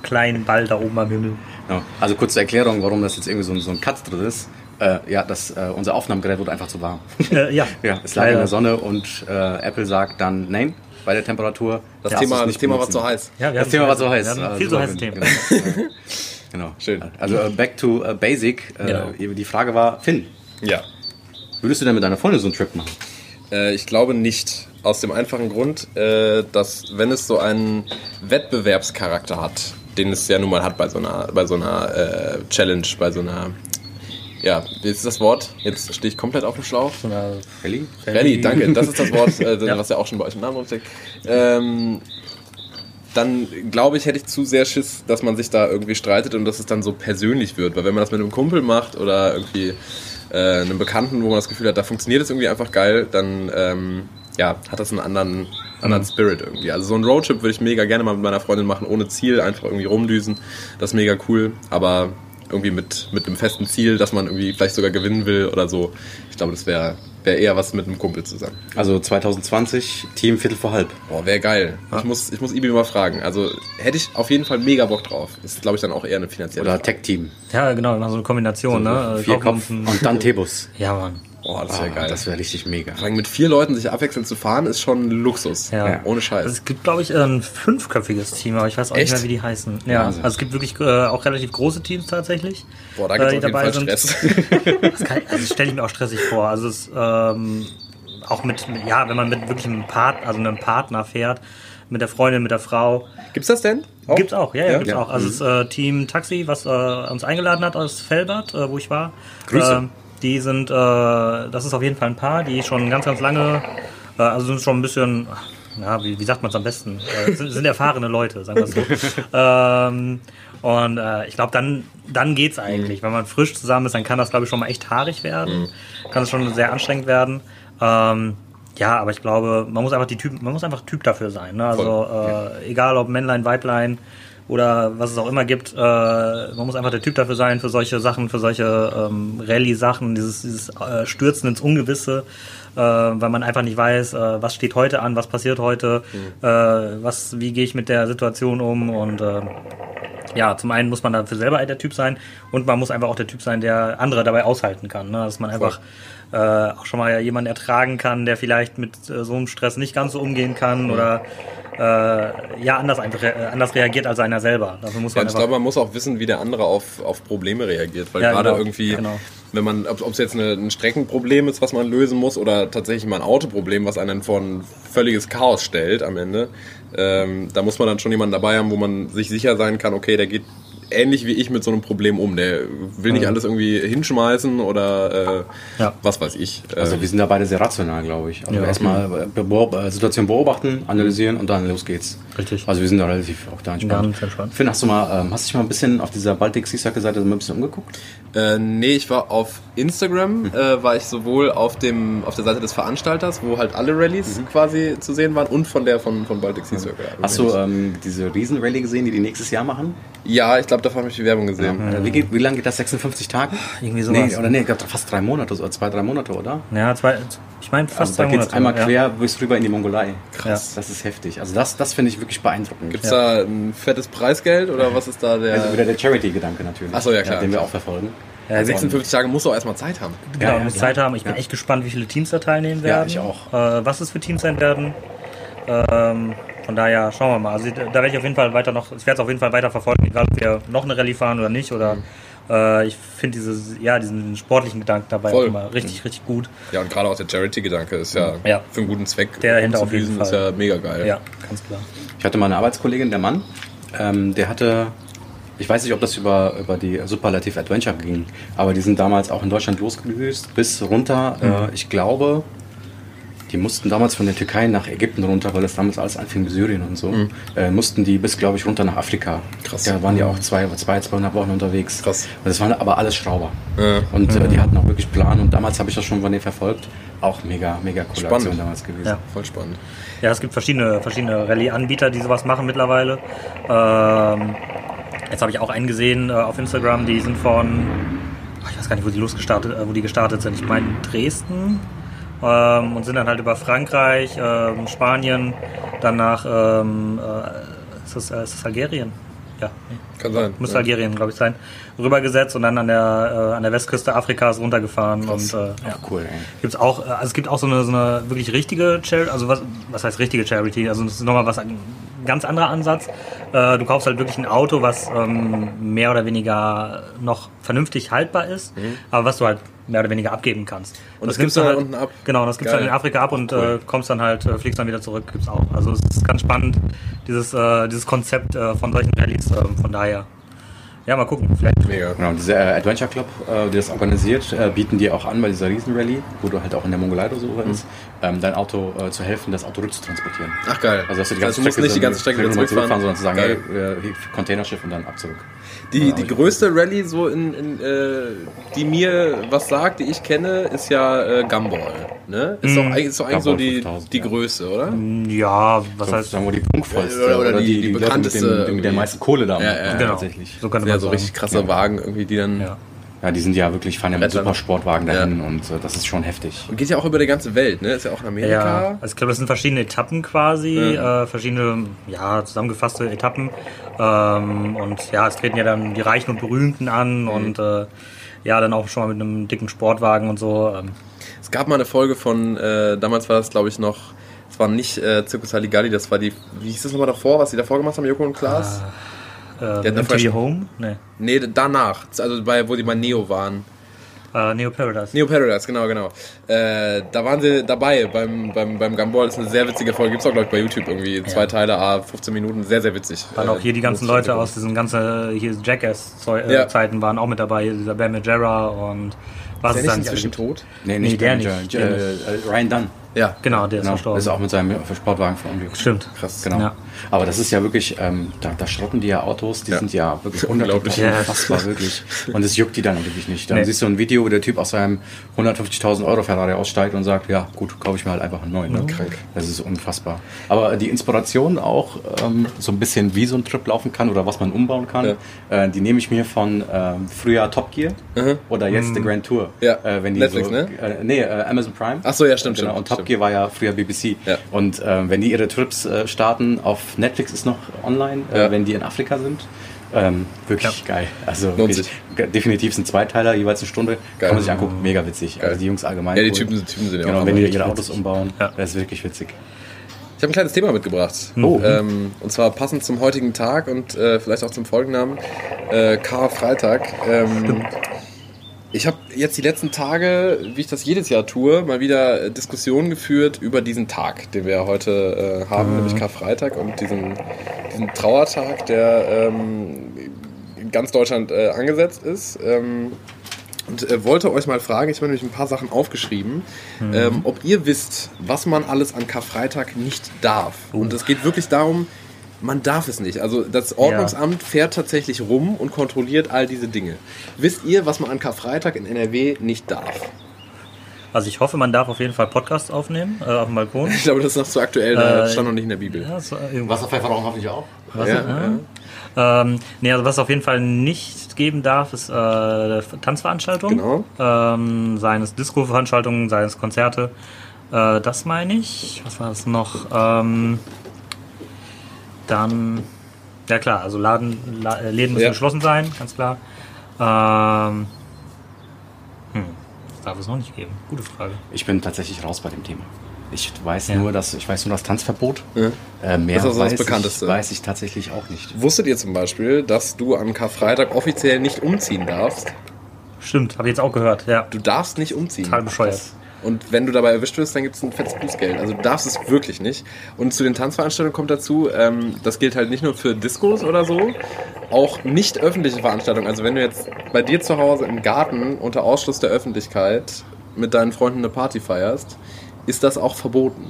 Speaker 1: kleinen Ball da oben am Himmel.
Speaker 2: Ja, also kurze Erklärung, warum das jetzt irgendwie so ein, so ein Cut drin ist. Äh, ja, das, äh, unser Aufnahmegerät wurde einfach zu warm. <laughs>
Speaker 1: Äh, ja,
Speaker 2: ja, es lag in der Sonne und äh, Apple sagt dann nein bei der Temperatur.
Speaker 3: Das
Speaker 2: darfst
Speaker 3: Thema,
Speaker 2: du's
Speaker 3: das
Speaker 2: nicht
Speaker 3: Thema war
Speaker 2: benutzen.
Speaker 3: zu heiß.
Speaker 1: Ja, wir
Speaker 2: das
Speaker 1: haben
Speaker 2: Thema war
Speaker 1: heiße-
Speaker 2: so heiß.
Speaker 1: Wir haben
Speaker 2: Äh,
Speaker 1: viel zu
Speaker 2: super,
Speaker 1: heiße Themen.
Speaker 2: Finn. Genau. genau.
Speaker 3: Schön.
Speaker 2: Also äh, back to äh, basic. Äh,
Speaker 1: Genau.
Speaker 2: Die Frage war, Finn,
Speaker 3: Ja.
Speaker 2: würdest du denn mit deiner Freundin so einen Trip machen?
Speaker 3: Äh, ich glaube nicht. Aus dem einfachen Grund, äh, dass wenn es so einen Wettbewerbscharakter hat, den es ja nun mal hat bei so einer, bei so einer äh, Challenge, bei so einer, ja, wie ist das Wort? Jetzt stehe ich komplett auf dem Schlauch.
Speaker 2: genau. Ellie?
Speaker 3: Rallye, Äh, danke. Das ist das Wort, äh, was ja auch schon bei euch im Namen rumsteckt. Ähm, dann glaube ich, hätte ich zu sehr Schiss, dass man sich da irgendwie streitet und dass es dann so persönlich wird. Weil wenn man das mit einem Kumpel macht oder irgendwie äh, einem Bekannten, wo man das Gefühl hat, da funktioniert es irgendwie einfach geil, dann ähm, ja, hat das einen anderen, anderen
Speaker 2: Mhm.
Speaker 3: Spirit irgendwie. Also so ein Roadtrip würde ich mega gerne mal mit meiner Freundin machen, ohne Ziel, einfach irgendwie rumdüsen. Das ist mega cool, aber irgendwie mit, mit einem festen Ziel, dass man irgendwie vielleicht sogar gewinnen will oder so. Ich glaube, das wäre wär eher was mit einem Kumpel zusammen.
Speaker 2: Also 2020, Team Viertel vor halb.
Speaker 3: Boah, wäre geil. Ich muss, ich muss Ibi mal fragen. Also hätte ich auf jeden Fall mega Bock drauf. Ist, glaube ich, dann auch eher eine finanzielle
Speaker 2: Oder
Speaker 3: Frage.
Speaker 2: Tech-Team.
Speaker 1: Ja, genau, wir machen so eine Kombination, ne? Äh,
Speaker 2: Vier
Speaker 1: kaufen uns
Speaker 2: Kopf
Speaker 1: einen-
Speaker 2: und dann Tebus.
Speaker 1: Ja, Mann.
Speaker 3: Boah, das
Speaker 2: Ah,
Speaker 3: wäre geil.
Speaker 2: Das wäre richtig mega.
Speaker 3: Vor allem mit vier Leuten sich abwechselnd zu fahren, ist schon Luxus.
Speaker 1: Ja.
Speaker 3: Ohne Scheiß.
Speaker 1: Also es gibt, glaube ich, ein fünfköpfiges Team, aber ich weiß auch
Speaker 3: Echt?
Speaker 1: nicht mehr, wie die heißen. Ja,
Speaker 2: Wahnsinn.
Speaker 1: also es gibt wirklich äh, auch relativ große Teams tatsächlich. äh,
Speaker 3: Boah, da gibt
Speaker 1: die
Speaker 3: es auf
Speaker 1: dabei
Speaker 3: jeden
Speaker 1: sind.
Speaker 3: Fall Stress.
Speaker 1: Das, kann- also stelle ich mir auch stressig vor. Also es ähm, auch mit, mit, ja, wenn man mit wirklich einem Partner, also einem Partner fährt, mit der Freundin, mit der Frau.
Speaker 3: Gibt's das denn?
Speaker 1: Gibt's auch, ja, ja, gibt's
Speaker 2: Ja.
Speaker 1: auch. Also das äh, Team Taxi, was äh, uns eingeladen hat aus Felbert, äh, wo ich war.
Speaker 2: Grüße.
Speaker 1: ähm, die sind, äh, das ist auf jeden Fall ein Paar, die schon ganz, ganz lange, äh, also sind schon ein bisschen, ja, wie, wie sagt man es am besten, äh, sind, sind erfahrene Leute, sagen wir so. ähm, und äh, ich glaube, dann, dann geht's eigentlich. Wenn man frisch zusammen ist, dann kann das, glaube ich, schon mal echt haarig werden. Kann es schon sehr anstrengend werden. Ähm, ja, aber ich glaube, man muss einfach die Typen, man muss einfach Typ dafür sein. Ne? Also
Speaker 3: Voll,
Speaker 1: äh, egal ob Männlein, Weiblein oder was es auch immer gibt, äh, man muss einfach der Typ dafür sein für solche Sachen, für solche ähm, Rallye-Sachen, dieses, dieses äh, Stürzen ins Ungewisse, äh, weil man einfach nicht weiß, äh, was steht heute an, was passiert heute, äh, was, wie gehe ich mit der Situation um und äh, ja, zum einen muss man dafür selber halt der Typ sein und man muss einfach auch der Typ sein, der andere dabei aushalten kann. Ne? Dass man einfach äh, auch schon mal jemanden ertragen kann, der vielleicht mit äh, so einem Stress nicht ganz so umgehen kann
Speaker 2: Mhm.
Speaker 1: oder äh, ja, anders, einfach, äh, anders reagiert als einer selber. Dafür muss
Speaker 3: Ja,
Speaker 1: man
Speaker 3: ich
Speaker 1: einfach.
Speaker 3: glaube, man muss auch wissen, wie der andere auf, auf Probleme reagiert. Weil
Speaker 1: Ja,
Speaker 3: gerade
Speaker 1: genau,
Speaker 3: irgendwie,
Speaker 1: genau.
Speaker 3: wenn man, ob es jetzt eine, ein Streckenproblem ist, was man lösen muss, oder tatsächlich mal ein Autoproblem, was einen vor ein völliges Chaos stellt am Ende, ähm, da muss man dann schon jemanden dabei haben, wo man sich sicher sein kann, okay, der geht ähnlich wie ich mit so einem Problem um. Der will nicht alles irgendwie hinschmeißen oder äh,
Speaker 1: Ja.
Speaker 3: was weiß ich. Äh,
Speaker 2: Also wir sind da beide sehr rational, glaube ich. Also
Speaker 1: Ja.
Speaker 2: erstmal beob- äh, Situation beobachten, analysieren und dann los geht's.
Speaker 1: Richtig.
Speaker 2: Also wir sind da relativ auch da entspannt.
Speaker 1: Ganz entspannt.
Speaker 2: Finn, hast du mal, ähm, hast du dich mal ein bisschen auf dieser Baltic Sea Circle Seite so ein bisschen umgeguckt?
Speaker 3: Äh, nee, ich war auf Instagram, äh, war ich sowohl auf dem auf der Seite des Veranstalters, wo halt alle Rallyes quasi zu sehen waren und von der von, von Baltic Sea Circle.
Speaker 2: Hast du ähm, diese Riesenrallye gesehen, die die nächstes Jahr machen?
Speaker 3: Ja, ich glaube, davon habe ich die Werbung gesehen.
Speaker 2: Äh, Wie, geht, wie lange geht das? 56 Tage?
Speaker 1: Irgendwie sowas.
Speaker 2: Nee, oder nee, ich glaub, fast drei Monate, so, oder zwei, drei Monate, oder?
Speaker 1: Ja, zwei, ich meine fast
Speaker 2: Also da
Speaker 1: zwei
Speaker 2: geht's
Speaker 1: Monate.
Speaker 2: einmal
Speaker 1: ja.
Speaker 2: quer bis rüber in die Mongolei.
Speaker 1: Krass.
Speaker 2: Das ist heftig. Also das, das finde ich wirklich beeindruckend.
Speaker 3: Gibt's da ein fettes Preisgeld oder was ist da der?
Speaker 2: Also wieder der Charity-Gedanke natürlich. äh,
Speaker 3: Ach so, ja, klar.
Speaker 2: den wir auch verfolgen.
Speaker 1: Ja,
Speaker 3: 56 Tage musst du auch erstmal Zeit haben.
Speaker 1: Genau,
Speaker 2: Ja,
Speaker 1: du musst
Speaker 2: ja,
Speaker 1: Zeit haben. Ich bin
Speaker 2: Ja.
Speaker 1: echt gespannt, wie viele Teams da teilnehmen
Speaker 2: Ja,
Speaker 1: werden.
Speaker 2: ich auch.
Speaker 1: Äh, was es für Teams sein werden. Ähm, von daher schauen wir mal. Also da werde ich auf jeden Fall weiter noch, ich werde es auf jeden Fall weiter verfolgen, egal ob wir noch eine Rallye fahren oder nicht.
Speaker 2: Mhm.
Speaker 1: Oder äh, ich finde dieses, ja, diesen sportlichen Gedanken dabei
Speaker 3: Voll.
Speaker 1: auch immer
Speaker 2: Mhm.
Speaker 1: richtig, richtig gut.
Speaker 3: Ja, und gerade auch der Charity-Gedanke ist ja,
Speaker 1: Ja.
Speaker 3: für einen guten Zweck.
Speaker 1: Der dahinter auf
Speaker 3: umzudüsen,
Speaker 1: jeden
Speaker 3: ist
Speaker 1: Fall.
Speaker 3: ja mega geil.
Speaker 1: Ja, ganz klar.
Speaker 2: Ich hatte mal eine Arbeitskollegin, der Mann, ähm, der hatte, ich weiß nicht, ob das über, über die Superlative Adventure ging, aber die sind damals auch in Deutschland losgelöst, bis runter,
Speaker 3: Mhm.
Speaker 2: äh, ich glaube, die mussten damals von der Türkei nach Ägypten runter, weil das damals alles anfing mit Syrien und so, äh, mussten die bis, glaube ich, runter nach Afrika.
Speaker 3: Mhm. Krass.
Speaker 2: Da waren die auch zwei, zwei 200 Wochen unterwegs.
Speaker 3: Krass.
Speaker 2: Und das waren aber alles Schrauber.
Speaker 3: Ja.
Speaker 2: Und äh, die hatten auch wirklich Plan und damals habe ich das schon von denen verfolgt. Auch mega, mega coole
Speaker 3: Spannend.
Speaker 2: Aktion damals gewesen.
Speaker 1: Ja.
Speaker 3: Voll spannend.
Speaker 1: Ja, es gibt verschiedene, verschiedene Rallye-Anbieter, die sowas machen mittlerweile. Ähm, jetzt habe ich auch einen gesehen äh, auf Instagram, die sind von, ach, ich weiß gar nicht, wo die losgestartet, äh, wo die gestartet sind. Ich meine Dresden ähm, und sind dann halt über Frankreich, ähm, Spanien, dann nach, ähm, äh, ist, das, äh, ist das Algerien? Ja, nee.
Speaker 3: Kann sein.
Speaker 1: Müsste
Speaker 3: Ja.
Speaker 1: Algerien, glaube ich, sein. Rübergesetzt und dann an der, äh, an der Westküste Afrikas runtergefahren. Und, äh, ja.
Speaker 2: Cool, ey.
Speaker 1: Gibt's auch, äh, also es gibt auch so eine, so eine wirklich richtige Charity, also was, was heißt richtige Charity? Also das ist nochmal was, ein ganz anderer Ansatz. Äh, du kaufst halt wirklich ein Auto, was ähm, mehr oder weniger noch vernünftig haltbar ist, aber was du halt mehr oder weniger abgeben kannst.
Speaker 3: Mhm. Und das gibst du dann unten ab?
Speaker 1: Genau, das gibst du dann
Speaker 3: Geil.
Speaker 1: in Afrika ab und äh, kommst dann halt, äh, fliegst dann wieder zurück, gibt's auch. Also es ist ganz spannend, dieses, äh, dieses Konzept äh, von solchen Rallyes, äh, von daher. Ja, mal gucken, vielleicht
Speaker 3: Mega.
Speaker 2: Genau, dieser äh, Adventure Club, äh, der das organisiert, äh, bieten dir auch an bei dieser Riesenrallye, wo du halt auch in der Mongolei oder so
Speaker 3: Mhm.
Speaker 2: bist, ähm, dein Auto äh, zu helfen, das Auto rückzutransportieren.
Speaker 3: Ach geil.
Speaker 2: Also, dass du die
Speaker 3: das heißt,
Speaker 2: ganze
Speaker 3: du musst
Speaker 2: Strecke
Speaker 3: nicht die
Speaker 2: so-
Speaker 3: ganze Strecke wieder
Speaker 2: nochmal
Speaker 3: zurückfahren,
Speaker 2: sondern zu sagen,
Speaker 3: Geil.
Speaker 2: hey, äh, hier, Containerschiff und dann ab zurück.
Speaker 3: Die, die größte Rallye, so in, in, äh, die mir was sagt, die ich kenne, ist ja äh, Gumball. Ne? Ist, doch, eigentlich- ist doch eigentlich so
Speaker 2: Gumball
Speaker 3: die,
Speaker 2: 5000,
Speaker 3: die
Speaker 2: ja.
Speaker 3: Größe, oder?
Speaker 1: Ja, was
Speaker 2: Das heißt,
Speaker 1: heißt.
Speaker 2: sagen wir die prunkvollste
Speaker 3: Oder- oder die- die
Speaker 2: Leute
Speaker 3: bekannteste
Speaker 2: mit, dem, mit der
Speaker 3: irgendwie.
Speaker 2: meisten Kohle da
Speaker 3: Ja, ja, ja.
Speaker 1: Genau,
Speaker 2: tatsächlich.
Speaker 1: so könnte
Speaker 3: Ja,
Speaker 1: man
Speaker 3: so
Speaker 1: sagen.
Speaker 3: richtig krasser Wagen, irgendwie, die dann.
Speaker 1: Ja.
Speaker 2: Ja, die sind ja wirklich, fahren ja mit
Speaker 3: Brettern.
Speaker 2: Supersportwagen dahin und äh, das ist schon heftig.
Speaker 3: Und geht ja auch über die ganze Welt, ne? Ist ja auch in Amerika.
Speaker 1: Ja, also ich glaube, das sind verschiedene Etappen quasi,
Speaker 3: Mhm.
Speaker 1: äh, verschiedene, ja, zusammengefasste Etappen. Ähm, und ja, es treten ja dann die Reichen und Berühmten
Speaker 3: Mhm.
Speaker 1: an und äh, ja, dann auch schon mal mit einem dicken Sportwagen und so. Ähm,
Speaker 3: Es gab mal eine Folge von, äh, damals war das glaube ich noch, es war nicht äh, Circus Halligalli, das war die, wie hieß das nochmal davor, was die davor gemacht haben, Joko und Klaas?
Speaker 1: äh,
Speaker 3: eine
Speaker 1: MTV
Speaker 3: Fresh-
Speaker 1: Home? Nee.
Speaker 3: Nee, danach, also bei, wo die bei Neo waren.
Speaker 1: Äh, Neo Paradise.
Speaker 3: Neo Paradise, genau, genau. Äh, da waren sie dabei beim, beim, beim Gumball, das ist eine sehr witzige Folge, gibt's auch glaube ich bei YouTube irgendwie, zwei Teile, ah, 15 Minuten, sehr, sehr witzig. Äh,
Speaker 1: Waren auch hier die ganzen
Speaker 3: muss ich
Speaker 1: Leute
Speaker 3: mal
Speaker 1: aus diesen ganzen äh, hier Jackass-Zeiten
Speaker 3: Ja.
Speaker 1: waren auch mit dabei, hier dieser Ben Majera und was es
Speaker 3: gucken. Ist der
Speaker 1: dann
Speaker 3: nicht inzwischen tot?
Speaker 2: Nee,
Speaker 1: Nee, der
Speaker 2: Benja,
Speaker 1: nicht.
Speaker 2: Äh, äh, Ryan Dunn.
Speaker 3: Ja.
Speaker 1: Genau, der ist
Speaker 2: Genau,
Speaker 1: verstorben.
Speaker 2: ist auch mit seinem Sportwagen verunglückt.
Speaker 1: Stimmt.
Speaker 2: Krass, genau.
Speaker 1: Ja.
Speaker 2: Aber das ist ja wirklich, ähm, da, da schrotten die ja Autos, die
Speaker 3: Ja.
Speaker 2: sind ja
Speaker 3: <laughs>
Speaker 2: wirklich unglaublich
Speaker 1: Ja.
Speaker 2: unfassbar, wirklich. Und es juckt die dann wirklich nicht. Dann
Speaker 1: Nee.
Speaker 2: siehst du ein Video, wo der Typ aus seinem 150.000 Euro Ferrari aussteigt und sagt, ja gut, kaufe ich mir halt einfach einen neuen. Ne?
Speaker 3: Krank.
Speaker 2: Das ist unfassbar. Aber die Inspiration auch, ähm, so ein bisschen wie so ein Trip laufen kann oder was man umbauen kann, äh, die nehme ich mir von ähm, früher Top Gear oder jetzt
Speaker 1: Mm.
Speaker 2: The Grand Tour.
Speaker 3: Ja.
Speaker 2: Äh, wenn die
Speaker 3: Netflix,
Speaker 2: so,
Speaker 3: ne?
Speaker 2: Äh, nee, äh, Amazon Prime.
Speaker 3: Ach so, ja, stimmt,
Speaker 2: Genau,
Speaker 3: stimmt,
Speaker 2: und Top
Speaker 3: stimmt.
Speaker 2: Gear war ja früher BBC.
Speaker 3: Ja.
Speaker 2: Und ähm, wenn die ihre Trips äh, starten, auf Netflix ist noch online,
Speaker 3: Ja.
Speaker 2: äh, wenn die in Afrika sind. Ähm, wirklich geil. Also
Speaker 3: Lohnt
Speaker 2: wirklich, definitiv sind Zweiteiler, jeweils eine Stunde.
Speaker 3: Geil.
Speaker 2: Kann man sich angucken, mega witzig. Also die Jungs allgemein.
Speaker 3: Ja, die
Speaker 2: cool.
Speaker 3: Typen sind- Typen sind ja
Speaker 2: genau,
Speaker 3: auch
Speaker 2: Wenn die
Speaker 3: richtig
Speaker 2: ihre Autos umbauen,
Speaker 1: Ja.
Speaker 2: das ist wirklich witzig.
Speaker 3: Ich habe ein kleines Thema mitgebracht.
Speaker 2: Oh.
Speaker 3: Ähm, und zwar passend zum heutigen Tag und äh, vielleicht auch zum Folgennamen. Äh, Karfreitag. Ähm, ich habe jetzt die letzten Tage, wie ich das jedes Jahr tue, mal wieder äh, Diskussionen geführt über diesen Tag, den wir heute äh, haben, nämlich Karfreitag und diesen, diesen Trauertag, der ähm, ganz Deutschland äh, angesetzt ist. Ähm, und äh, wollte euch mal fragen, ich habe nämlich ein paar Sachen aufgeschrieben,
Speaker 1: Mhm.
Speaker 3: ähm, ob ihr wisst, was man alles an Karfreitag nicht darf.
Speaker 1: Uh.
Speaker 3: Und es geht wirklich darum, man darf es nicht. Also das Ordnungsamt fährt tatsächlich rum und kontrolliert all diese Dinge. Wisst ihr, was man an Karfreitag in NRW nicht darf?
Speaker 1: Also ich hoffe, man darf auf jeden Fall Podcasts aufnehmen äh, auf dem
Speaker 3: <laughs>
Speaker 1: Balkon.
Speaker 3: Ich glaube, das ist noch zu aktuell, da
Speaker 1: Äh,
Speaker 3: stand noch nicht in der Bibel.
Speaker 1: Ja, so irgendwas.
Speaker 2: Wasserpfeifer rauchen hoffentlich auch.
Speaker 1: Was,
Speaker 3: Ja,
Speaker 1: ja. Ähm, nee, also was es auf jeden Fall nicht geben darf, ist äh, Tanzveranstaltungen.
Speaker 3: Genau.
Speaker 1: Ähm, seien es Disco-Veranstaltungen, seien es Konzerte. Äh, das meine ich. Was war das noch? Ähm, dann, ja klar, also Laden, La äh, Läden müssen
Speaker 3: Ja.
Speaker 1: geschlossen sein, ganz klar. Ähm, hm, was darf es noch nicht geben? Gute Frage.
Speaker 2: Ich bin tatsächlich raus bei dem Thema. Ich weiß
Speaker 1: Ja.
Speaker 2: nur, dass ich weiß nur das Tanzverbot.
Speaker 3: Ja.
Speaker 2: Äh, mehr
Speaker 3: Das ist also das
Speaker 2: weiß,
Speaker 3: Bekannteste.
Speaker 2: ich, weiß ich tatsächlich auch nicht.
Speaker 3: Wusstet ihr zum Beispiel, dass du an Karfreitag offiziell nicht umziehen darfst?
Speaker 1: Stimmt, habe ich jetzt auch gehört, ja.
Speaker 3: Du darfst nicht umziehen.
Speaker 1: Total bescheuert.
Speaker 3: Und wenn du dabei erwischt wirst, dann gibt es ein fettes Bußgeld. Also du darfst es wirklich nicht. Und zu den Tanzveranstaltungen kommt dazu, ähm, das gilt halt nicht nur für Diskos oder so, auch nicht öffentliche Veranstaltungen. Also wenn du jetzt bei dir zu Hause im Garten unter Ausschluss der Öffentlichkeit mit deinen Freunden eine Party feierst, ist das auch verboten.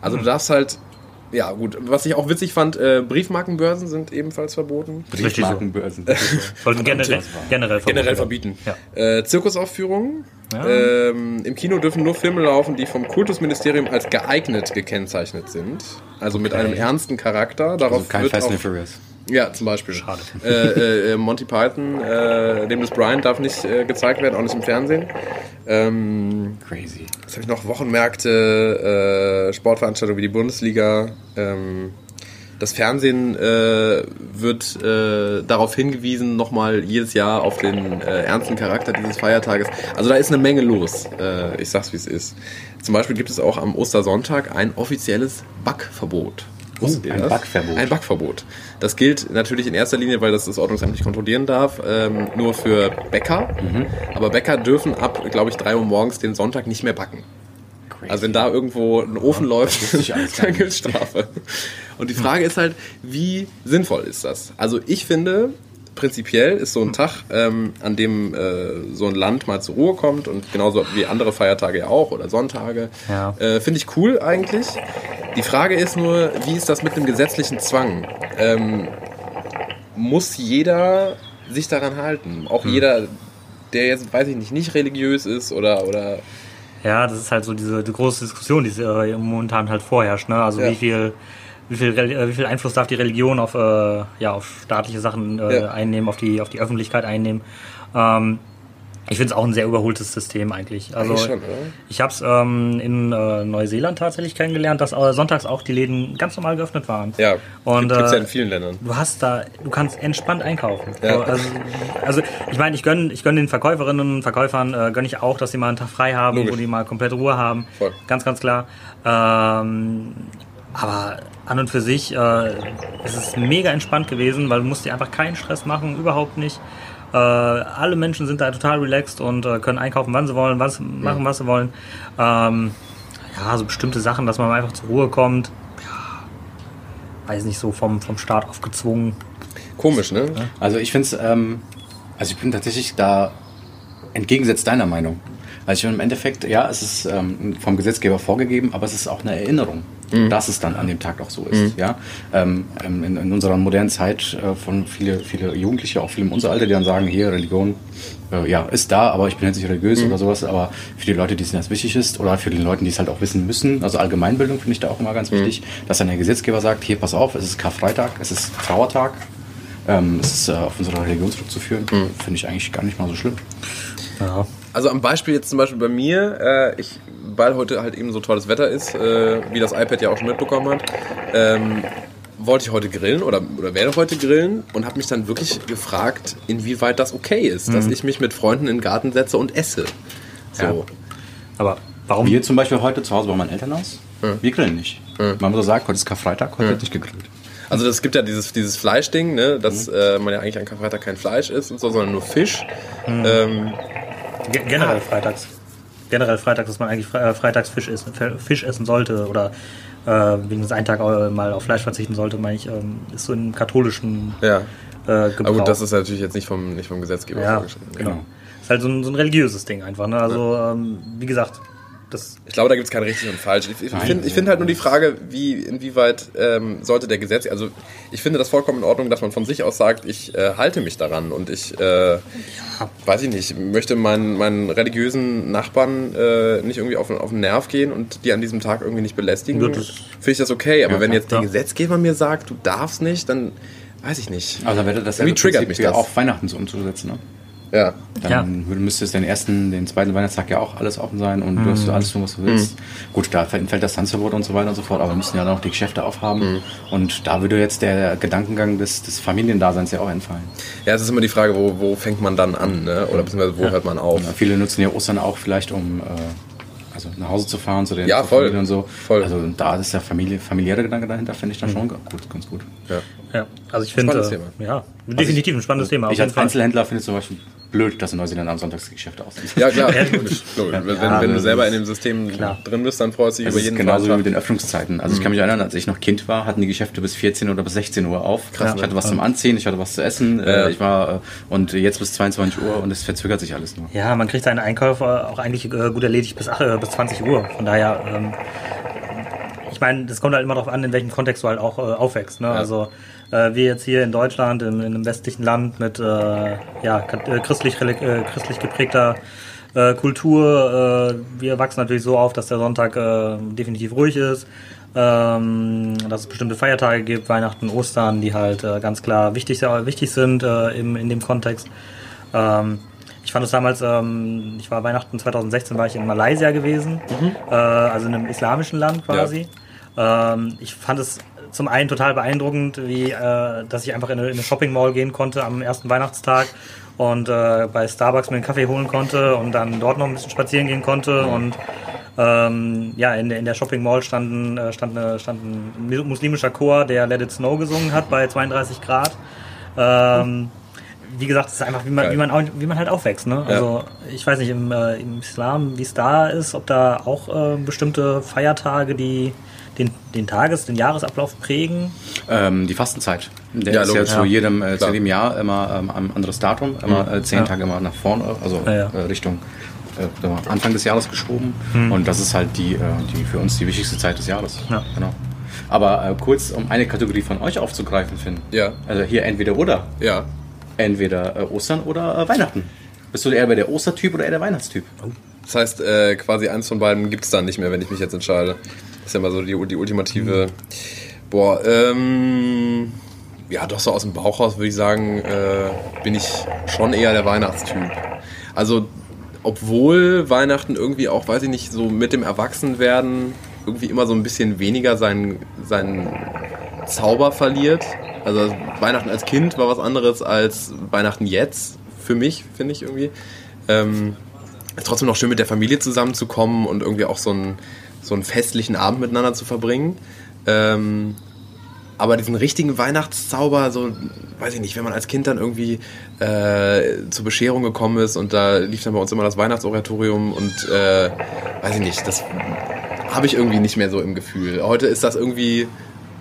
Speaker 3: Also du darfst halt, ja gut, was ich auch witzig fand, äh, Briefmarkenbörsen sind ebenfalls verboten.
Speaker 1: richtig so.
Speaker 3: <laughs>
Speaker 2: Briefmarkenbörsen. Also
Speaker 1: Sollten generell, generell verboten
Speaker 3: Generell
Speaker 1: werden.
Speaker 3: verbieten.
Speaker 1: Ja.
Speaker 3: Äh, Zirkusaufführungen.
Speaker 1: Ja.
Speaker 3: Ähm, Im Kino dürfen nur Filme laufen, die vom Kultusministerium als geeignet gekennzeichnet sind. Also mit einem ernsten Charakter. Darauf
Speaker 2: Also kein
Speaker 3: wird
Speaker 2: Fast
Speaker 3: auch,
Speaker 2: and Furious.
Speaker 3: Ja, zum Beispiel.
Speaker 1: Schade.
Speaker 3: Äh, äh, Monty Python, äh, Nameless Brian darf nicht äh, gezeigt werden, auch nicht im Fernsehen. Ähm,
Speaker 2: Crazy.
Speaker 3: was habe ich noch? Wochenmärkte, äh, Sportveranstaltungen wie die Bundesliga. Ähm, das Fernsehen äh, wird äh, darauf hingewiesen, nochmal jedes Jahr auf den äh, ernsten Charakter dieses Feiertages. Also da ist eine Menge los. Äh, ich sag's, wie es ist. Zum Beispiel gibt es auch am Ostersonntag ein offizielles Backverbot. Wusstet ihr
Speaker 2: Oh, ein
Speaker 3: das?
Speaker 2: Backverbot.
Speaker 3: Ein Backverbot. Das gilt natürlich in erster Linie, weil das das Ordnungsamt nicht kontrollieren darf, ähm, nur für Bäcker.
Speaker 2: Mhm.
Speaker 3: Aber Bäcker dürfen ab, glaube ich, 3 Uhr morgens den Sonntag nicht mehr backen.
Speaker 2: Crazy.
Speaker 3: Also wenn da irgendwo ein Ofen läuft,
Speaker 2: ich
Speaker 3: <laughs>
Speaker 2: alles gar
Speaker 3: dann
Speaker 2: nicht.
Speaker 3: gibt es Strafe. Und die Frage ist halt, wie sinnvoll ist das? Also ich finde, prinzipiell ist so ein Tag, ähm, an dem äh, so ein Land mal zur Ruhe kommt und genauso wie andere Feiertage ja auch oder Sonntage,
Speaker 1: Ja.
Speaker 3: äh, finde ich cool eigentlich. Die Frage ist nur, wie ist das mit einem gesetzlichen Zwang? Ähm, muss jeder sich daran halten?
Speaker 2: Hm.
Speaker 3: Auch jeder, der jetzt, weiß ich nicht, nicht religiös ist oder... oder
Speaker 1: Ja, das ist halt so diese die große Diskussion, die äh, momentan halt vorherrscht. Ne? Also
Speaker 3: Ja.
Speaker 1: wie viel wie viel, Reli- äh, wie viel Einfluss darf die Religion auf, äh, ja, auf staatliche Sachen äh,
Speaker 3: Ja.
Speaker 1: einnehmen, auf die, auf die Öffentlichkeit einnehmen. Ähm, ich finde es auch ein sehr überholtes System eigentlich. Also
Speaker 3: Eigentlich schon, oder?
Speaker 1: ich habe es ähm, in äh, Neuseeland tatsächlich kennengelernt, dass äh, sonntags auch die Läden ganz normal geöffnet waren.
Speaker 3: Ja,
Speaker 1: Und,
Speaker 3: gibt es ja
Speaker 1: äh,
Speaker 3: in vielen Ländern.
Speaker 1: Du hast da, du kannst entspannt einkaufen.
Speaker 3: Ja.
Speaker 1: So, Also, also ich meine, ich gönne ich gönn den Verkäuferinnen und Verkäufern, äh, gönne ich auch, dass sie mal einen Tag frei haben,
Speaker 3: Logisch.
Speaker 1: wo die mal komplett Ruhe haben.
Speaker 3: Voll.
Speaker 1: Ganz, ganz klar. Ähm, aber an und für sich äh, ist es mega entspannt gewesen, weil du musst dir einfach keinen Stress machen, überhaupt nicht. Äh, alle Menschen sind da total relaxed und äh, können einkaufen, wann sie wollen, was machen, was sie wollen. Ähm, ja, so bestimmte Sachen, dass man einfach zur Ruhe kommt. Ja, weiß nicht, so vom, vom Staat aufgezwungen.
Speaker 3: Komisch, ne?
Speaker 2: Also ich finde es, ähm, also ich bin tatsächlich da entgegengesetzt deiner Meinung. Also ich bin im Endeffekt, ja, es ist ähm, vom Gesetzgeber vorgegeben, aber es ist auch eine Erinnerung, dass es dann an dem Tag auch so ist. Ja, ähm, ähm, in, in unserer modernen Zeit äh, von viele, viele Jugendliche, auch viele in unserem Alter, die dann sagen, hier Religion, äh, ja, ist da, aber ich bin jetzt nicht religiös oder sowas. Aber für die Leute, die es das wichtig ist oder für die Leute, die es halt auch wissen müssen, also Allgemeinbildung finde ich da auch immer ganz wichtig, dass dann der Gesetzgeber sagt, hier, pass auf, es ist Karfreitag, es ist Trauertag, ähm, es ist äh, auf unsere Religion zurückzuführen, finde ich eigentlich gar nicht mal so schlimm.
Speaker 1: Ja.
Speaker 3: Also am Beispiel jetzt zum Beispiel bei mir, äh, ich, weil heute halt eben so tolles Wetter ist, äh, wie das iPad ja auch schon mitbekommen hat, ähm, wollte ich heute grillen oder, oder werde heute grillen und habe mich dann wirklich gefragt, inwieweit das okay ist,
Speaker 1: Mhm.
Speaker 3: dass ich mich mit Freunden in den Garten setze und esse. So.
Speaker 1: Aber warum?
Speaker 2: Wir zum Beispiel heute zu Hause bei meinen Eltern aus, wir grillen nicht. Man muss auch sagen, heute ist Karfreitag, heute wird nicht gegrillt.
Speaker 3: Also es gibt ja dieses, dieses Fleischding, ne, dass
Speaker 1: Mhm.
Speaker 3: äh, man ja eigentlich an Karfreitag kein Fleisch isst und so, sondern nur Fisch. Ähm,
Speaker 1: Ge- Generell freitags. Generell freitags, dass man eigentlich fre- äh, freitags Fisch essen, Fe- Fisch essen sollte oder äh, wenigstens einen Tag äh, mal auf Fleisch verzichten sollte, meine ich, ähm, ist so im katholischen
Speaker 3: ja.
Speaker 1: äh, gebraucht.
Speaker 3: Aber gut, das ist natürlich jetzt nicht vom, nicht vom Gesetzgeber
Speaker 1: ja,
Speaker 3: vorgeschrieben. ne?
Speaker 1: genau. Ist halt so ein, so ein religiöses Ding einfach. Ne? Also, ähm, wie gesagt, das
Speaker 3: Ich glaube, da gibt es kein richtig und falsch. Ich, ich finde ich find halt nur die Frage, wie, inwieweit ähm, sollte der Gesetz, also ich finde das vollkommen in Ordnung, dass man von sich aus sagt, ich äh, halte mich daran und ich, äh, weiß ich nicht, möchte meinen, meinen religiösen Nachbarn äh, nicht irgendwie auf, den- auf den Nerv gehen und die an diesem Tag irgendwie nicht belästigen.
Speaker 1: Ja,
Speaker 3: Finde
Speaker 1: das-
Speaker 3: ich das okay, aber wenn jetzt der
Speaker 1: ja.
Speaker 3: Gesetzgeber mir sagt, du darfst nicht, dann weiß ich nicht.
Speaker 2: Also dann wäre das ja
Speaker 3: Irgendwie triggert mich das.
Speaker 2: auf Weihnachten so umzusetzen. Ne?
Speaker 3: Ja.
Speaker 2: Dann würde- müsste es den ersten, den zweiten Weihnachtstag ja auch alles offen sein und du hast alles tun, was du
Speaker 3: Mhm.
Speaker 2: willst. Gut, da fällt fällt das Tanzverbot und so weiter und so fort, aber wir müssen ja dann auch die Geschäfte
Speaker 3: Mhm.
Speaker 2: aufhaben. Und da würde jetzt der Gedankengang des, des Familiendaseins ja auch entfallen.
Speaker 3: Ja, es ist immer die Frage, wo, wo fängt man dann an, ne? Oder beziehungsweise wo hört man auf?
Speaker 2: Ja, viele nutzen ja Ostern auch vielleicht, um äh, also nach Hause zu fahren zu den
Speaker 3: Ja,
Speaker 2: zur
Speaker 3: voll.
Speaker 2: Familie und so.
Speaker 3: Voll. Mhm.
Speaker 2: Also da ist der Familie, familiäre Gedanke dahinter, finde ich dann schon gut, ganz gut.
Speaker 3: Ja.
Speaker 1: Ja, also ich finde.
Speaker 3: Spannendes
Speaker 1: Äh,
Speaker 3: Thema.
Speaker 1: ja, definitiv ein spannendes Thema.
Speaker 2: Also, ich als Einzelhändler finde es zum Beispiel blöd, dass in Neuseeland am Sonntagsgeschäft aus ist.
Speaker 3: Ja, klar. logisch. Logisch. Wenn, wenn du
Speaker 2: das
Speaker 3: selber in
Speaker 2: ist-
Speaker 3: dem System drin bist, dann freust du dich
Speaker 2: Das
Speaker 3: über
Speaker 2: ist
Speaker 3: jeden Mhm.
Speaker 2: genauso wie
Speaker 3: Tag.
Speaker 2: mit den Öffnungszeiten. Also ich kann mich erinnern, als ich noch Kind war, hatten die Geschäfte bis 14 oder bis 16 Uhr auf. ich hatte was zum Anziehen, ich hatte was zu essen,
Speaker 3: Ja.
Speaker 2: äh, ich war äh, und jetzt bis 22 Uhr und es verzögert sich alles nur.
Speaker 1: Ja, man kriegt seinen Einkauf äh, auch eigentlich äh, gut erledigt bis, äh, bis 20 Uhr. Von daher, ähm, ich meine, das kommt halt immer darauf an, in welchem Kontext du halt auch äh, aufwächst. Ne? Also äh, wir jetzt hier in Deutschland, in, in einem westlichen Land mit äh, ja, kat- äh, christlich, relig- äh, christlich geprägter äh, Kultur, äh, wir wachsen natürlich so auf, dass der Sonntag äh, definitiv ruhig ist. Ähm, dass es bestimmte Feiertage gibt, Weihnachten, Ostern, die halt äh, ganz klar wichtig, wichtig sind äh, im, in dem Kontext. Ähm, ich fand es damals, ähm, ich war Weihnachten 2016, war ich in Malaysia gewesen, äh, also in einem islamischen Land quasi. Ähm, ich fand es zum einen total beeindruckend, wie, äh, dass ich einfach in eine, in eine Shopping Mall gehen konnte am ersten Weihnachtstag und äh, bei Starbucks mir einen Kaffee holen konnte und dann dort noch ein bisschen spazieren gehen konnte und ähm, ja, in der, in der Shopping Mall standen, äh, stand, eine, stand ein muslimischer Chor, der Let It Snow gesungen hat bei 32 Grad. Ähm, wie gesagt, es ist einfach, wie man,
Speaker 3: Geil.
Speaker 1: wie man, au- wie man halt aufwächst. Ne? Also ich weiß nicht, im, äh, im Islam, wie es da ist, ob da auch äh, bestimmte Feiertage, die den, den Tages-, den Jahresablauf prägen.
Speaker 2: Ähm, die Fastenzeit. Der
Speaker 3: Ja,
Speaker 2: ist
Speaker 3: logisch.
Speaker 2: ja zu
Speaker 3: Ja.
Speaker 2: jedem, äh, zu
Speaker 3: Klar.
Speaker 2: jedem Jahr immer ähm, ein anderes Datum, immer äh, zehn Tage immer nach vorne, also
Speaker 1: Ja, ja.
Speaker 2: Äh, Richtung äh, sagen wir mal, Anfang des Jahres geschoben. Und das ist halt die, äh, die für uns die wichtigste Zeit des Jahres.
Speaker 1: Ja.
Speaker 2: Genau. Aber äh, kurz, um eine Kategorie von euch aufzugreifen, Finn.
Speaker 3: Ja.
Speaker 2: Also hier entweder oder.
Speaker 3: Ja.
Speaker 2: Entweder äh, Ostern oder äh, Weihnachten. Bist du eher bei der Ostertyp oder eher der Weihnachtstyp?
Speaker 3: Das heißt, äh, quasi eins von beiden gibt es dann nicht mehr, wenn ich mich jetzt entscheide. Das ist ja mal so die, die ultimative. Boah, ähm. Ja, doch so aus dem Bauch raus würde ich sagen, äh, bin ich schon eher der Weihnachtstyp. Also, obwohl Weihnachten irgendwie auch, weiß ich nicht, so mit dem Erwachsenwerden irgendwie immer so ein bisschen weniger seinen, seinen Zauber verliert. Also Weihnachten als Kind war was anderes als Weihnachten jetzt, für mich, finde ich irgendwie. Ähm, ist trotzdem noch schön mit der Familie zusammenzukommen und irgendwie auch so einen, so einen festlichen Abend miteinander zu verbringen. Ähm, aber diesen richtigen Weihnachtszauber, so, weiß ich nicht, wenn man als Kind dann irgendwie äh, zur Bescherung gekommen ist und da lief dann bei uns immer das Weihnachtsoratorium und äh, weiß ich nicht, das habe ich irgendwie nicht mehr so im Gefühl. Heute ist das irgendwie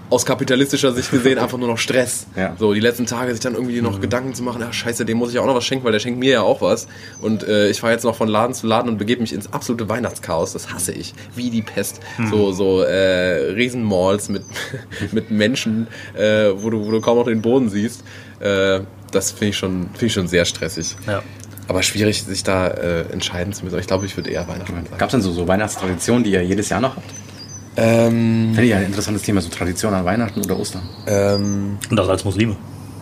Speaker 3: aus kapitalistischer Sicht gesehen einfach nur noch Stress.
Speaker 2: Ja.
Speaker 3: So, die letzten Tage sich dann irgendwie noch Gedanken zu machen, ach scheiße, dem muss ich auch noch was schenken, weil der schenkt mir ja auch was. Und äh, ich fahre jetzt noch von Laden zu Laden und begebe mich ins absolute Weihnachtschaos. Das hasse ich. Wie die Pest. So, so äh, Riesenmalls mit, <laughs> mit Menschen, äh, wo, du, wo du kaum noch den Boden siehst. Äh, das finde ich, schon- finde ich schon sehr stressig.
Speaker 1: Ja.
Speaker 3: Aber schwierig, sich da äh, entscheiden zu müssen. Aber ich glaube, ich würde eher Weihnachten sagen.
Speaker 2: Gab es denn so, so Weihnachtstraditionen, die ihr jedes Jahr noch habt?
Speaker 3: Ähm,
Speaker 2: Finde ich ein interessantes Thema, so Tradition an Weihnachten oder Ostern.
Speaker 3: ähm,
Speaker 1: Und das als Muslime.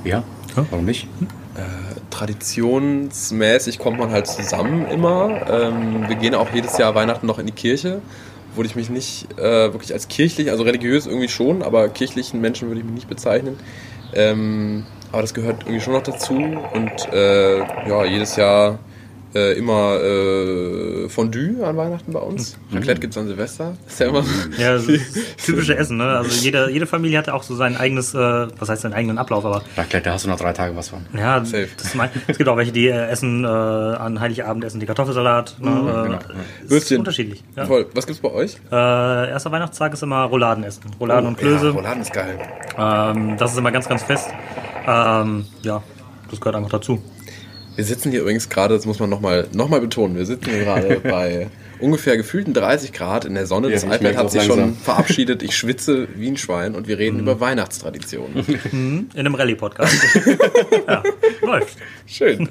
Speaker 2: Ja?
Speaker 1: Ja.
Speaker 2: Warum nicht?
Speaker 3: traditionsmäßig kommt man halt zusammen immer. Ähm, wir gehen auch jedes Jahr Weihnachten noch in die Kirche, wo ich mich nicht äh, wirklich als kirchlich, also religiös irgendwie schon, aber kirchlichen Menschen würde ich mich nicht bezeichnen. Ähm, aber das gehört irgendwie schon noch dazu und äh, ja, jedes Jahr äh, immer äh, Fondue an Weihnachten bei uns. Raclette gibt es an Silvester. <laughs> Ist ja immer.
Speaker 1: Mhm. Ja, das ist
Speaker 3: <laughs>
Speaker 1: das typische Essen. Ne? Also jede, jede Familie hatte auch so sein eigenes, äh, was heißt seinen eigenen Ablauf, aber
Speaker 2: Raclette, da hast du noch drei Tage was von.
Speaker 1: Ja,
Speaker 3: Safe.
Speaker 1: das mein, es gibt auch welche, die äh, essen äh, an Heiligabend essen die Kartoffelsalat. Ne, äh,
Speaker 2: genau.
Speaker 1: es ist
Speaker 3: Mhm, Würstchen.
Speaker 1: unterschiedlich. Ja.
Speaker 3: Voll. Was gibt's bei euch?
Speaker 1: Äh, erster Weihnachtstag ist immer Rouladen essen. Rouladen und
Speaker 3: Oh, Ja,
Speaker 1: Klöße.
Speaker 3: Rouladen ist geil.
Speaker 1: ähm, das ist immer ganz, ganz fest. Ähm, ja, das gehört einfach dazu.
Speaker 3: Wir sitzen hier übrigens gerade, das muss man nochmal noch mal betonen, wir sitzen hier gerade
Speaker 2: <laughs>
Speaker 3: bei ungefähr gefühlten 30 Grad in der Sonne.
Speaker 2: Ja,
Speaker 3: Das
Speaker 2: ich
Speaker 3: iPad
Speaker 2: merk's
Speaker 3: hat
Speaker 2: auch
Speaker 3: sich schon
Speaker 2: langsam. Mhm. <laughs>
Speaker 3: verabschiedet. Ich schwitze wie ein Schwein und wir reden über Weihnachtstraditionen.
Speaker 2: <laughs>
Speaker 3: Hm?
Speaker 1: In einem Rallye-Podcast.
Speaker 3: <laughs>
Speaker 1: ja, läuft.
Speaker 3: Schön.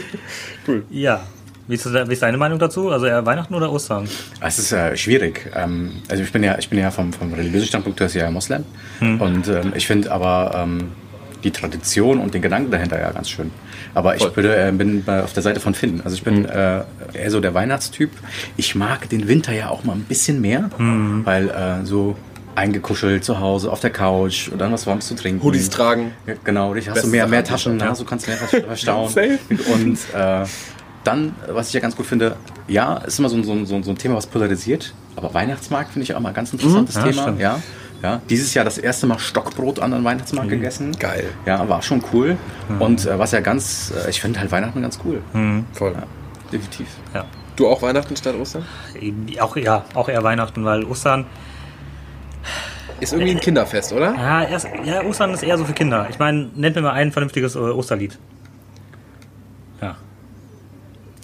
Speaker 3: <laughs> cool.
Speaker 1: Ja. Wie ist, da- wie ist deine Meinung dazu? Also eher Weihnachten oder Ostern?
Speaker 2: Es ist äh, schwierig. Ähm, also ich bin ja, ich bin ja vom, vom religiösen Standpunkt her ja Moslem. Und ähm, ich finde aber ähm, die Tradition und den Gedanken dahinter ja ganz schön. Aber ich
Speaker 3: Voll.
Speaker 2: würde, äh, bin bei- auf der Seite von Finn. Also ich bin äh, eher so der Weihnachtstyp. Ich mag den Winter ja auch mal ein bisschen mehr, weil äh, so eingekuschelt zu Hause auf der Couch und dann was warmes zu trinken.
Speaker 3: Hoodies tragen.
Speaker 2: Ja, Genau, richtig. Hast du
Speaker 3: Beste
Speaker 2: mehr, mehr
Speaker 3: Sache.
Speaker 2: Taschen, ja. so kannst du mehr was verstauen.
Speaker 3: Safe.
Speaker 2: Und äh, dann, was ich ja ganz gut finde, ja, ist immer so ein, so ein, so ein- so ein Thema, was polarisiert, aber Weihnachtsmarkt finde ich auch mal ein ganz interessantes
Speaker 1: Ja,
Speaker 2: Thema.
Speaker 1: stimmt.
Speaker 2: Ja, ja. Dieses Jahr das erste Mal Stockbrot an einem Weihnachtsmarkt gegessen.
Speaker 3: Geil.
Speaker 2: Ja, war schon cool. Und äh, was ja ganz, äh, ich finde halt Weihnachten ganz cool.
Speaker 3: Voll.
Speaker 2: Ja, definitiv.
Speaker 1: Ja.
Speaker 3: Du auch Weihnachten statt Ostern?
Speaker 1: Auch, ja, auch eher Weihnachten, weil Ostern,
Speaker 3: Ist irgendwie ein Kinderfest, oder?
Speaker 1: ja, erst, ja, Ostern ist eher so für Kinder. Ich meine, nennt mir mal ein vernünftiges äh, Osterlied. Ja,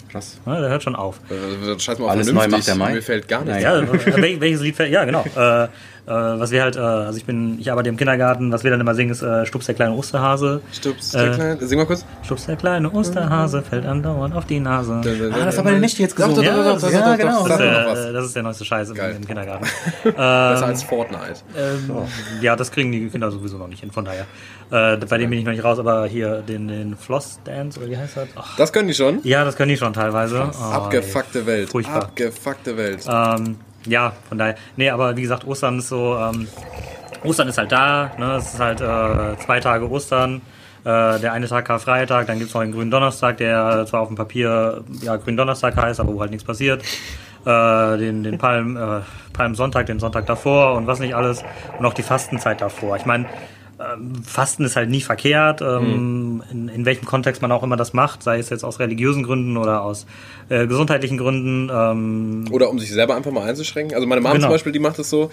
Speaker 2: Krass.
Speaker 1: ne, der hört schon auf.
Speaker 3: Also, Scheiß mal auf
Speaker 2: Alles neu
Speaker 3: vernünftig.
Speaker 2: macht der Mai.
Speaker 3: Mir fällt gar nichts.
Speaker 2: Nein.
Speaker 1: Ja, äh, wel- welches Lied fällt? Ja, genau.
Speaker 3: <laughs>
Speaker 1: Äh, äh, was wir halt, äh, also ich bin, ich arbeite im Kindergarten, was wir dann immer singen, ist äh, Stups der kleine Osterhase.
Speaker 3: Stups,
Speaker 1: Äh.
Speaker 3: der Kleine. Sing mal kurz.
Speaker 1: Stups der kleine Osterhase fällt andauernd auf die Nase.
Speaker 2: Ah, das hat meine Nichte jetzt
Speaker 3: Doch,
Speaker 2: gesungen.
Speaker 3: doch,
Speaker 1: Ja,
Speaker 3: doch, doch,
Speaker 1: das-
Speaker 3: doch,
Speaker 2: ja,
Speaker 3: doch, doch,
Speaker 2: genau.
Speaker 3: doch,
Speaker 1: Das
Speaker 3: Sag
Speaker 1: ist,
Speaker 3: doch noch
Speaker 1: der,
Speaker 3: was.
Speaker 1: äh, das ist der neueste Scheiß im,
Speaker 3: Geil.
Speaker 1: im Kindergarten.
Speaker 3: <laughs> Besser als Oh. Fortnite.
Speaker 1: Ähm, ja, das kriegen die Kinder sowieso noch nicht hin, von daher. Äh, bei dem bin ich noch nicht raus, aber hier den, den Floss Dance oder wie heißt das? Ach,
Speaker 3: Das können die schon.
Speaker 1: ja, das können die schon teilweise. Oh,
Speaker 3: Abgefuckte Welt.
Speaker 1: Furchtbar.
Speaker 3: Abgefuckte Welt.
Speaker 1: Ähm, ja, von daher. Nee, aber wie gesagt, Ostern ist so. Ähm, Ostern ist halt da. Ne? Es ist halt äh, zwei Tage Ostern. Äh, der eine Tag Karfreitag, dann gibt's noch den Grünen Donnerstag, der zwar auf dem Papier ja, Grünen Donnerstag heißt, aber wo halt nichts passiert. Äh, den den Palm, äh, Palmsonntag, den Sonntag davor und was nicht alles. Und auch die Fastenzeit davor. Ich meine, Fasten ist halt nie verkehrt, ähm, in, in welchem Kontext man auch immer das macht, sei es jetzt aus religiösen Gründen oder aus äh, gesundheitlichen Gründen. Ähm,
Speaker 3: Oder um sich selber einfach mal einzuschränken. Also meine Mom
Speaker 1: Genau.
Speaker 3: zum Beispiel, die macht es so,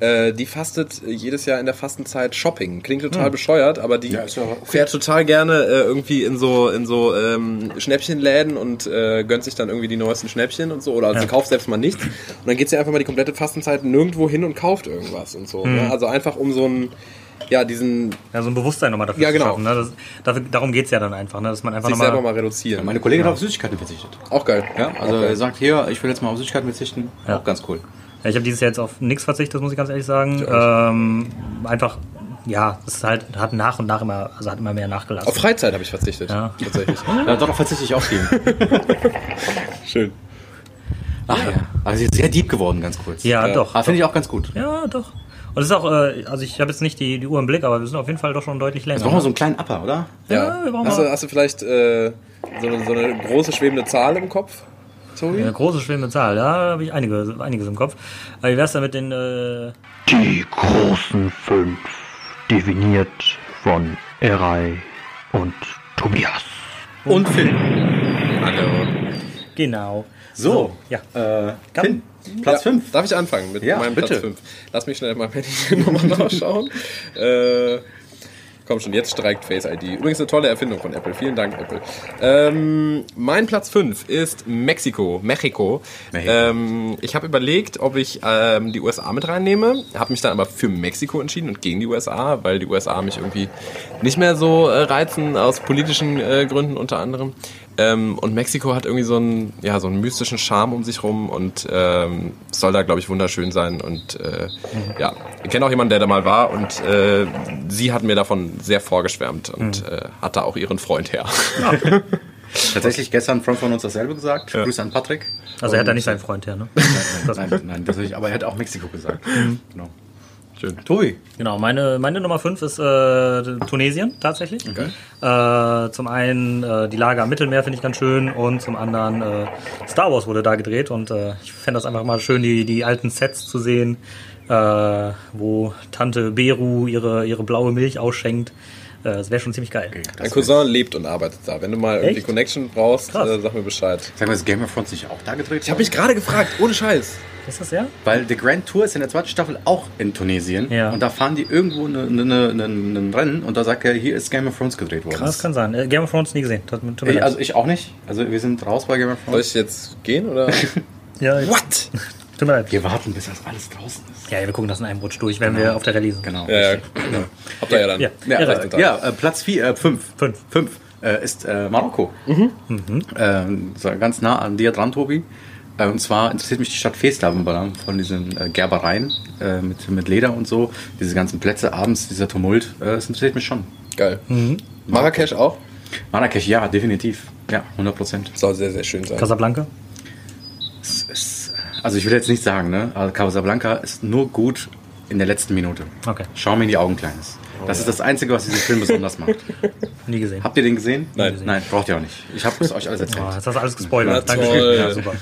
Speaker 3: äh, die fastet jedes Jahr in der Fastenzeit Shopping. Klingt
Speaker 1: Hm.
Speaker 3: total bescheuert, aber die
Speaker 2: Ja, ist ja okay.
Speaker 3: fährt total gerne äh, irgendwie in so in so ähm, Schnäppchenläden und äh, gönnt sich dann irgendwie die neuesten Schnäppchen und so. Oder also sie kauft selbst mal nichts. Und dann geht sie einfach mal die komplette Fastenzeit nirgendwo hin und kauft irgendwas und so.
Speaker 1: Hm.
Speaker 3: Ne? Also einfach um so einen, ja, diesen
Speaker 1: Ja, so ein Bewusstsein nochmal dafür
Speaker 3: Ja,
Speaker 1: zu
Speaker 3: genau.
Speaker 1: schaffen. Ne? Das, dafür, darum geht's ja dann einfach, ne? dass man einfach
Speaker 3: sich selber
Speaker 1: nochmal...
Speaker 3: mal reduzieren.
Speaker 2: Meine Kollegin hat auf Süßigkeiten verzichtet.
Speaker 3: auch geil.
Speaker 2: Ja, also er sagt hier, ich will jetzt mal auf Süßigkeiten verzichten.
Speaker 1: Ja.
Speaker 2: Auch ganz cool.
Speaker 1: Ja, ich habe dieses Jahr jetzt auf nichts verzichtet, muss ich ganz ehrlich sagen. Ähm, einfach, ja, es ist halt, hat nach und nach immer, also hat immer mehr nachgelassen.
Speaker 3: Auf Freizeit habe ich verzichtet.
Speaker 1: Ja. <laughs>
Speaker 3: Tatsächlich.
Speaker 2: Ja, darauf verzichte ich auch viel.
Speaker 3: Schön.
Speaker 2: Ach ja. Also jetzt sehr deep geworden, ganz kurz.
Speaker 1: ja, doch.
Speaker 2: Aber finde ich auch ganz gut. Jetzt
Speaker 1: Ja, doch. Und es ist auch, äh, also ich habe jetzt nicht die, die Uhr im Blick, aber wir sind auf jeden Fall doch schon deutlich länger.
Speaker 2: brauchen wir so einen kleinen Upper, oder?
Speaker 3: Also, Ja.
Speaker 1: Ja, wir brauchen
Speaker 3: hast,
Speaker 1: mal-
Speaker 3: du, hast du vielleicht äh, so, eine, so eine große schwebende Zahl im Kopf, Tobi?
Speaker 1: eine große, schlimme Zahl, da habe ich einige, einiges im Kopf. Aber wie wär's denn mit den, äh,
Speaker 4: Die großen fünf, definiert von Erei und Tobias.
Speaker 2: Und Finn.
Speaker 3: Hallo.
Speaker 1: genau.
Speaker 2: So.
Speaker 1: ja.
Speaker 2: Äh, Finn. Platz
Speaker 3: ja,
Speaker 2: 5.
Speaker 3: Darf ich anfangen mit
Speaker 2: Ja,
Speaker 3: meinem
Speaker 2: bitte.
Speaker 3: Platz 5? Lass mich schnell mal <laughs> meine Nummer nachschauen. äh, komm schon, jetzt streikt Face ID. Übrigens eine tolle Erfindung von Apple. Vielen Dank, Apple. Ähm, mein Platz 5 ist Mexiko. Mexiko.
Speaker 2: Mexiko.
Speaker 3: Ähm, ich habe überlegt, ob ich ähm, die USA mit reinnehme, habe mich dann aber für Mexiko entschieden und gegen die USA, weil die USA mich irgendwie nicht mehr so äh, reizen, aus politischen äh, Gründen unter anderem. Ähm, und Mexiko hat irgendwie so einen, ja, so einen mystischen Charme um sich rum und ähm, soll da, glaube ich, wunderschön sein. Und äh, ja, ich kenne auch jemanden, der da mal war und äh, sie hat mir davon sehr vorgeschwärmt und
Speaker 1: Mhm.
Speaker 3: äh, hat da auch ihren Freund her.
Speaker 2: Tatsächlich gestern ein Freund von uns dasselbe gesagt. Grüße an Patrick. äh,
Speaker 1: Also er hat da nicht seinen Freund her,
Speaker 3: <laughs>
Speaker 1: ne? Das-
Speaker 2: Nein, nein, das nicht. Aber er hat auch Mexiko gesagt.
Speaker 1: Mhm.
Speaker 2: genau.
Speaker 3: Schön.
Speaker 2: Tobi.
Speaker 1: Genau, meine, meine Nummer 5 ist äh, Tunesien tatsächlich. Äh, zum einen äh, die Lage am Mittelmeer finde ich ganz schön und zum anderen äh, Star Wars wurde da gedreht und äh, ich fände das einfach mal schön, die, die alten Sets zu sehen, äh, wo Tante Beru ihre, ihre blaue Milch ausschenkt. Äh, das wäre schon ziemlich geil.
Speaker 2: Okay, das
Speaker 3: Mein
Speaker 2: wär's.
Speaker 3: Cousin lebt und arbeitet da. Wenn du mal irgendwie
Speaker 1: Echt?
Speaker 3: Connection brauchst,
Speaker 1: Krass.
Speaker 3: äh, sag mir Bescheid.
Speaker 2: Sag mal, ist Game of Thrones nicht auch da gedreht?
Speaker 3: Ich habe mich gerade gefragt, ohne Scheiß.
Speaker 1: Ist das ja?
Speaker 2: Weil The Grand Tour ist in der zweiten Staffel auch in Tunesien.
Speaker 1: Ja.
Speaker 2: Und da fahren die irgendwo ne- ne- ne- ne- ein Rennen und da sagt er, hier ist Game of Thrones gedreht worden.
Speaker 1: Das kann sein. Äh, Game of Thrones nie gesehen. Das, tut mir
Speaker 2: Ich,
Speaker 1: leid.
Speaker 2: also ich auch nicht. Also wir sind raus bei Game of
Speaker 3: Soll
Speaker 2: Thrones.
Speaker 3: ich jetzt gehen <laughs> oder?
Speaker 1: ja, jetzt-
Speaker 3: What?
Speaker 1: Tut mir leid.
Speaker 2: Wir warten, bis das alles draußen ist.
Speaker 1: Ja, wir gucken das in einem Rutsch durch, wenn wir auf der Rallye sind.
Speaker 2: Genau.
Speaker 3: Ja, ja. Habt ihr ja dann.
Speaker 1: Ja.
Speaker 2: Ja,
Speaker 1: Irre.
Speaker 2: äh, ja äh, Platz 4, äh, 5.
Speaker 1: Fünf.
Speaker 2: äh, ist äh, Marokko. Ähm, so ganz nah an dir dran, Tobi. Äh, und zwar interessiert mich die Stadt Feslavenbalam von diesen äh, Gerbereien äh, mit, mit Leder und so. Diese ganzen Plätze abends, dieser Tumult, äh, das interessiert mich schon.
Speaker 3: Geil. Marrakesch auch?
Speaker 2: Marrakesch, ja, definitiv. Ja, 100 Prozent.
Speaker 3: Soll sehr, sehr schön sein.
Speaker 1: Casablanca?
Speaker 2: Also ich will jetzt nicht sagen, ne? Also Casablanca ist nur gut in der letzten Minute.
Speaker 1: Okay.
Speaker 2: Schau mir in die Augen, Kleines. Das ist das Einzige, was diesen Film besonders
Speaker 1: <laughs>
Speaker 2: macht.
Speaker 1: Nie gesehen.
Speaker 2: Habt ihr den gesehen?
Speaker 3: Nein.
Speaker 2: Nein, braucht ihr auch nicht. Ich habe es euch alles erzählt.
Speaker 1: Oh, jetzt hast du alles gespoilert.
Speaker 3: Na toll.
Speaker 1: Dankeschön. Ja, super.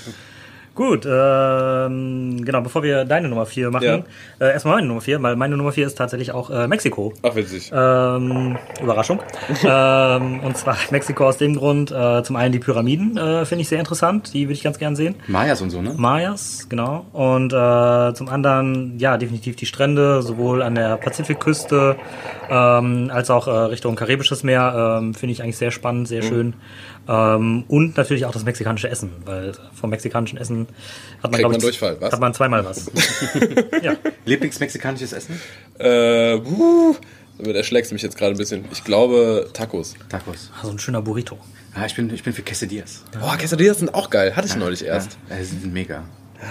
Speaker 1: Gut, ähm, genau, bevor wir deine Nummer 4 machen,
Speaker 3: Ja.
Speaker 1: äh, erstmal meine Nummer 4, weil meine Nummer 4 ist tatsächlich auch äh, Mexiko.
Speaker 3: Ach, witzig.
Speaker 1: Ähm,
Speaker 3: <laughs>
Speaker 1: Überraschung. ähm, und zwar <laughs> Mexiko aus dem Grund, äh, zum einen die Pyramiden äh, finde ich sehr interessant, die würde ich ganz gern sehen.
Speaker 2: Mayas und so, ne?
Speaker 1: Mayas, genau. Und äh, zum anderen, ja, definitiv die Strände, sowohl an der Pazifikküste ähm, als auch äh, Richtung Karibisches Meer, ähm, finde ich eigentlich sehr spannend, sehr schön. Ähm, und natürlich auch das mexikanische Essen, weil vom mexikanischen Essen hat man,
Speaker 3: Kriegt
Speaker 1: glaub
Speaker 3: man
Speaker 1: ich,
Speaker 3: Durchfall, was?
Speaker 1: hat man zweimal was. ja,
Speaker 2: Lieblingsmexikanisches Essen?
Speaker 3: Äh, wuh, damit erschlägst du mich jetzt gerade ein bisschen. Ich glaube Tacos.
Speaker 2: Tacos.
Speaker 1: so ein schöner Burrito.
Speaker 2: Ah, ich bin, ich bin für Quesadillas.
Speaker 3: Boah, Quesadillas sind auch geil. Hatte ich neulich erst.
Speaker 2: Ja, die sind mega.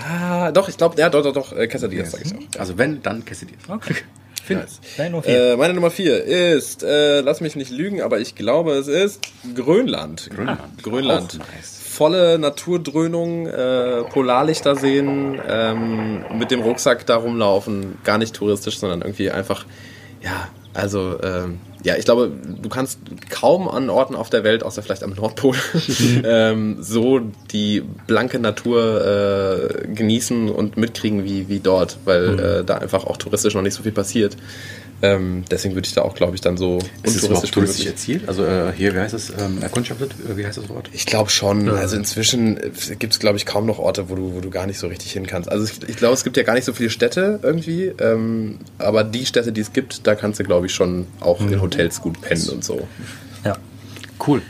Speaker 3: Ah, doch, ich glaube, ja, doch, doch, doch. äh, Quesadillas, sag ich auch.
Speaker 2: Also wenn, dann Quesadillas.
Speaker 1: Okay.
Speaker 3: Nice.
Speaker 1: Deine Nummer vier.
Speaker 3: Äh, meine Nummer 4 ist, äh, lass mich nicht lügen, aber ich glaube, es ist Grönland.
Speaker 2: Grönland.
Speaker 3: Grönland.
Speaker 2: Auch nice.
Speaker 3: Volle Naturdröhnung, äh, Polarlichter sehen, ähm, mit dem Rucksack da rumlaufen, gar nicht touristisch, sondern irgendwie einfach, ja, also, ähm, ja, ich glaube, du kannst kaum an Orten auf der Welt, außer vielleicht am Nordpol, <laughs> ähm, so die blanke Natur äh, genießen und mitkriegen wie, wie dort, weil
Speaker 2: Mhm.
Speaker 3: äh, da einfach auch touristisch noch nicht so viel passiert. Ähm, deswegen würde ich da auch, glaube ich, dann so
Speaker 2: Ist es überhaupt
Speaker 3: untouristisch wie
Speaker 2: touristisch
Speaker 3: möglich-
Speaker 2: erzielt? Also äh, hier, wie heißt es? Ähm, erkundschaftet? Äh, Wie heißt das Wort?
Speaker 3: ich glaube schon. Also inzwischen gibt es, glaube ich, kaum noch Orte, wo du, wo du gar nicht so richtig hin kannst. Also ich, ich glaube, es gibt ja gar nicht so viele Städte irgendwie. Ähm, aber die Städte, die es gibt, da kannst du, glaube ich, schon auch
Speaker 2: Mhm.
Speaker 3: in Hotels gut pennen und so.
Speaker 1: Ja.
Speaker 2: Cool.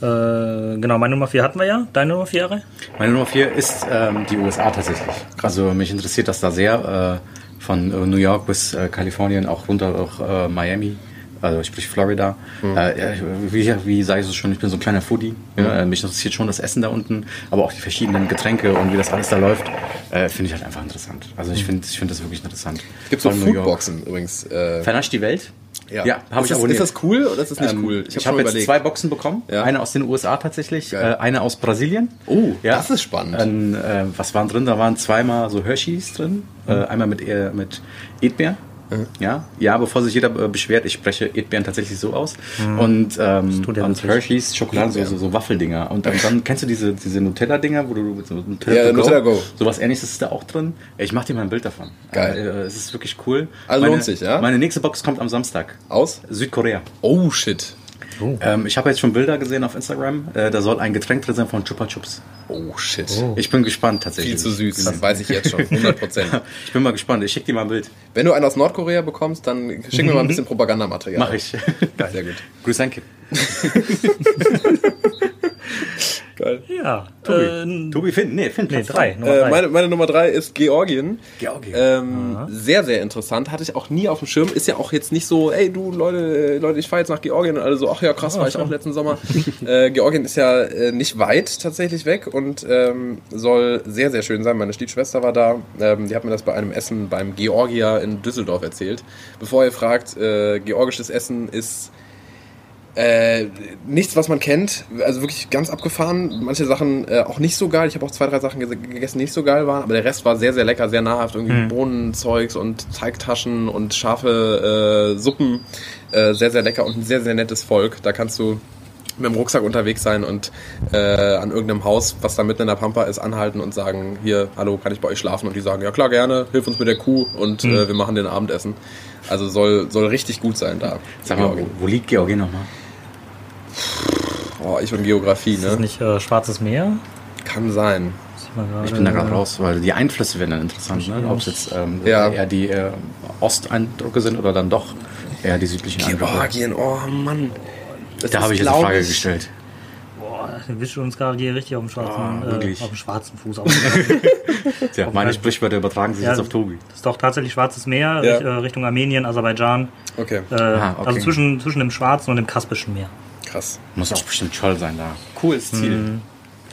Speaker 1: Äh, genau, meine Nummer 4 hatten wir ja. Deine Nummer 4, Ari?
Speaker 2: Meine Nummer vier ist ähm, die USA tatsächlich. Also mich interessiert das da sehr. Äh, von äh, New York bis äh, Kalifornien, auch runter auch äh, Miami, also sprich Florida.
Speaker 3: Hm.
Speaker 2: Äh, ja, ich- wie, wie sage ich es schon, ich bin so ein kleiner Foodie. Ja, äh, mich interessiert schon das Essen da unten, aber auch die verschiedenen Getränke und wie das alles da läuft, äh, finde ich halt einfach interessant. Also ich finde ich find das wirklich interessant.
Speaker 3: Hm. Es gibt so
Speaker 2: Vor allem New York.
Speaker 3: Foodboxen übrigens. Äh,
Speaker 2: Vernascht die Welt? habe
Speaker 3: ist
Speaker 2: ich
Speaker 3: das,
Speaker 2: abonniert.
Speaker 3: Ist das cool oder ist das nicht
Speaker 2: Ähm,
Speaker 3: cool?
Speaker 2: Ich
Speaker 3: hab's
Speaker 2: habe
Speaker 3: schon
Speaker 2: jetzt zwei Boxen bekommen.
Speaker 3: Ja.
Speaker 2: Eine aus den USA tatsächlich, äh,
Speaker 3: Geil.
Speaker 2: eine aus Brasilien.
Speaker 3: Oh, das ist spannend.
Speaker 2: Ein, äh, was waren drin? Da waren zweimal so Hershey's drin.
Speaker 3: Mhm.
Speaker 2: Äh, einmal mit, äh, mit Edbeeren. Ja, ja, bevor sich jeder äh, beschwert, ich spreche Edbeeren tatsächlich so aus.
Speaker 3: Mhm.
Speaker 2: Und, ähm,
Speaker 1: tut er
Speaker 2: und
Speaker 1: wirklich.
Speaker 2: Hershey's Schokolade, so, so, so Waffeldinger. Und dann, dann kennst du diese, diese Nutella-Dinger, wo du mit so Nutella,
Speaker 3: Ja,
Speaker 2: to
Speaker 3: Nutella Go.
Speaker 2: Sowas ähnliches ist da auch drin. Ich mach dir mal ein Bild davon.
Speaker 3: Geil.
Speaker 2: Äh, äh, es ist wirklich cool.
Speaker 3: Also
Speaker 2: meine,
Speaker 3: lohnt sich, ja?
Speaker 2: Meine nächste Box kommt am Samstag.
Speaker 3: aus.
Speaker 2: Südkorea.
Speaker 3: Oh shit.
Speaker 2: Ähm, ich habe jetzt schon Bilder gesehen auf Instagram. Äh, da soll ein Getränk drin sein von Chupa Chups.
Speaker 3: Oh shit.
Speaker 2: Ich bin gespannt tatsächlich.
Speaker 3: Viel zu süß, das weiß ich jetzt
Speaker 2: <laughs>
Speaker 3: schon, 100 Prozent.
Speaker 2: Ich bin mal gespannt. Ich schicke dir mal ein Bild.
Speaker 3: Wenn du einen aus Nordkorea bekommst, dann schick mir mal ein bisschen Propagandamaterial.
Speaker 2: Mhm. Mach
Speaker 3: <laughs>
Speaker 2: ich.
Speaker 3: Sehr gut.
Speaker 2: Grüß Danke.
Speaker 3: Geil.
Speaker 1: Ja.
Speaker 2: Tobi.
Speaker 1: Äh,
Speaker 2: Tobi Finn. Nee, Finn.
Speaker 1: nee,
Speaker 2: Platz
Speaker 1: 3. Nummer
Speaker 3: Äh,
Speaker 1: drei.
Speaker 3: meine, meine Nummer drei ist Georgien.
Speaker 2: Georgien.
Speaker 3: Ähm, sehr, sehr interessant. Hatte ich auch nie auf dem Schirm. Ist ja auch jetzt nicht so, ey du Leute, äh, Leute, ich fahre jetzt nach Georgien und alle so, ach ja, krass,
Speaker 1: Ah,
Speaker 3: war ich auch
Speaker 1: <laughs>
Speaker 3: letzten Sommer. äh, Georgien ist ja äh, nicht weit tatsächlich weg und ähm, soll sehr, sehr schön sein. Meine Stiefschwester war da. Ähm, die hat mir das bei einem Essen beim Georgier in Düsseldorf erzählt. Bevor ihr fragt, äh, georgisches Essen ist äh, nichts, was man kennt. Also wirklich ganz abgefahren. Manche Sachen äh, auch nicht so geil. Ich habe auch zwei, drei Sachen gese- gegessen, die nicht so geil waren. Aber der Rest war sehr, sehr lecker, sehr nahrhaft. Irgendwie Bohnenzeugs und Teigtaschen und scharfe äh, Suppen. Äh, sehr, sehr lecker und ein sehr, sehr nettes Volk. Da kannst du mit dem Rucksack unterwegs sein und äh, an irgendeinem Haus, was da mitten in der Pampa ist, anhalten und sagen, hier, hallo, kann ich bei euch schlafen? Und die sagen, ja klar, gerne, hilf uns mit der Kuh und äh, wir machen den Abendessen. Also soll, soll richtig gut sein da.
Speaker 2: Sag mal, wo,
Speaker 3: Georgien.
Speaker 2: wo liegt Georgien nochmal?
Speaker 3: Oh, ich und Geografie,
Speaker 1: Ist das
Speaker 3: ne?
Speaker 1: nicht äh, Schwarzes Meer?
Speaker 3: Kann sein.
Speaker 1: Ich, mal
Speaker 2: Ich
Speaker 1: gerade-
Speaker 2: bin da gerade raus, weil die Einflüsse werden dann interessant, ne? ob es jetzt ähm,
Speaker 3: Ja.
Speaker 2: eher die äh, Osteindrücke sind oder dann doch eher die südlichen Eindrücke.
Speaker 3: Georgien, oh Mann. Das
Speaker 2: Da habe ich
Speaker 3: ist,
Speaker 2: jetzt
Speaker 3: glaub
Speaker 2: eine Frage
Speaker 3: ich,
Speaker 2: gestellt.
Speaker 1: Boah, wir wischen uns gerade hier richtig auf dem schwarzen,
Speaker 2: Ah,
Speaker 1: äh,
Speaker 2: wirklich.
Speaker 1: auf dem schwarzen Fuß. Auf
Speaker 2: Tja, meine Sprichwörter übertragen sich
Speaker 1: Ja.
Speaker 2: jetzt auf Tobi.
Speaker 1: das ist doch tatsächlich Schwarzes Meer
Speaker 3: Ja.
Speaker 1: Richt- äh, Richtung Armenien, Aserbaidschan.
Speaker 3: Okay,
Speaker 1: Äh,
Speaker 2: Ah, okay.
Speaker 1: Also zwischen, zwischen dem Schwarzen und dem Kaspischen Meer.
Speaker 3: krass.
Speaker 2: Muss auch bestimmt toll sein da. Cooles Ziel.
Speaker 1: Hm.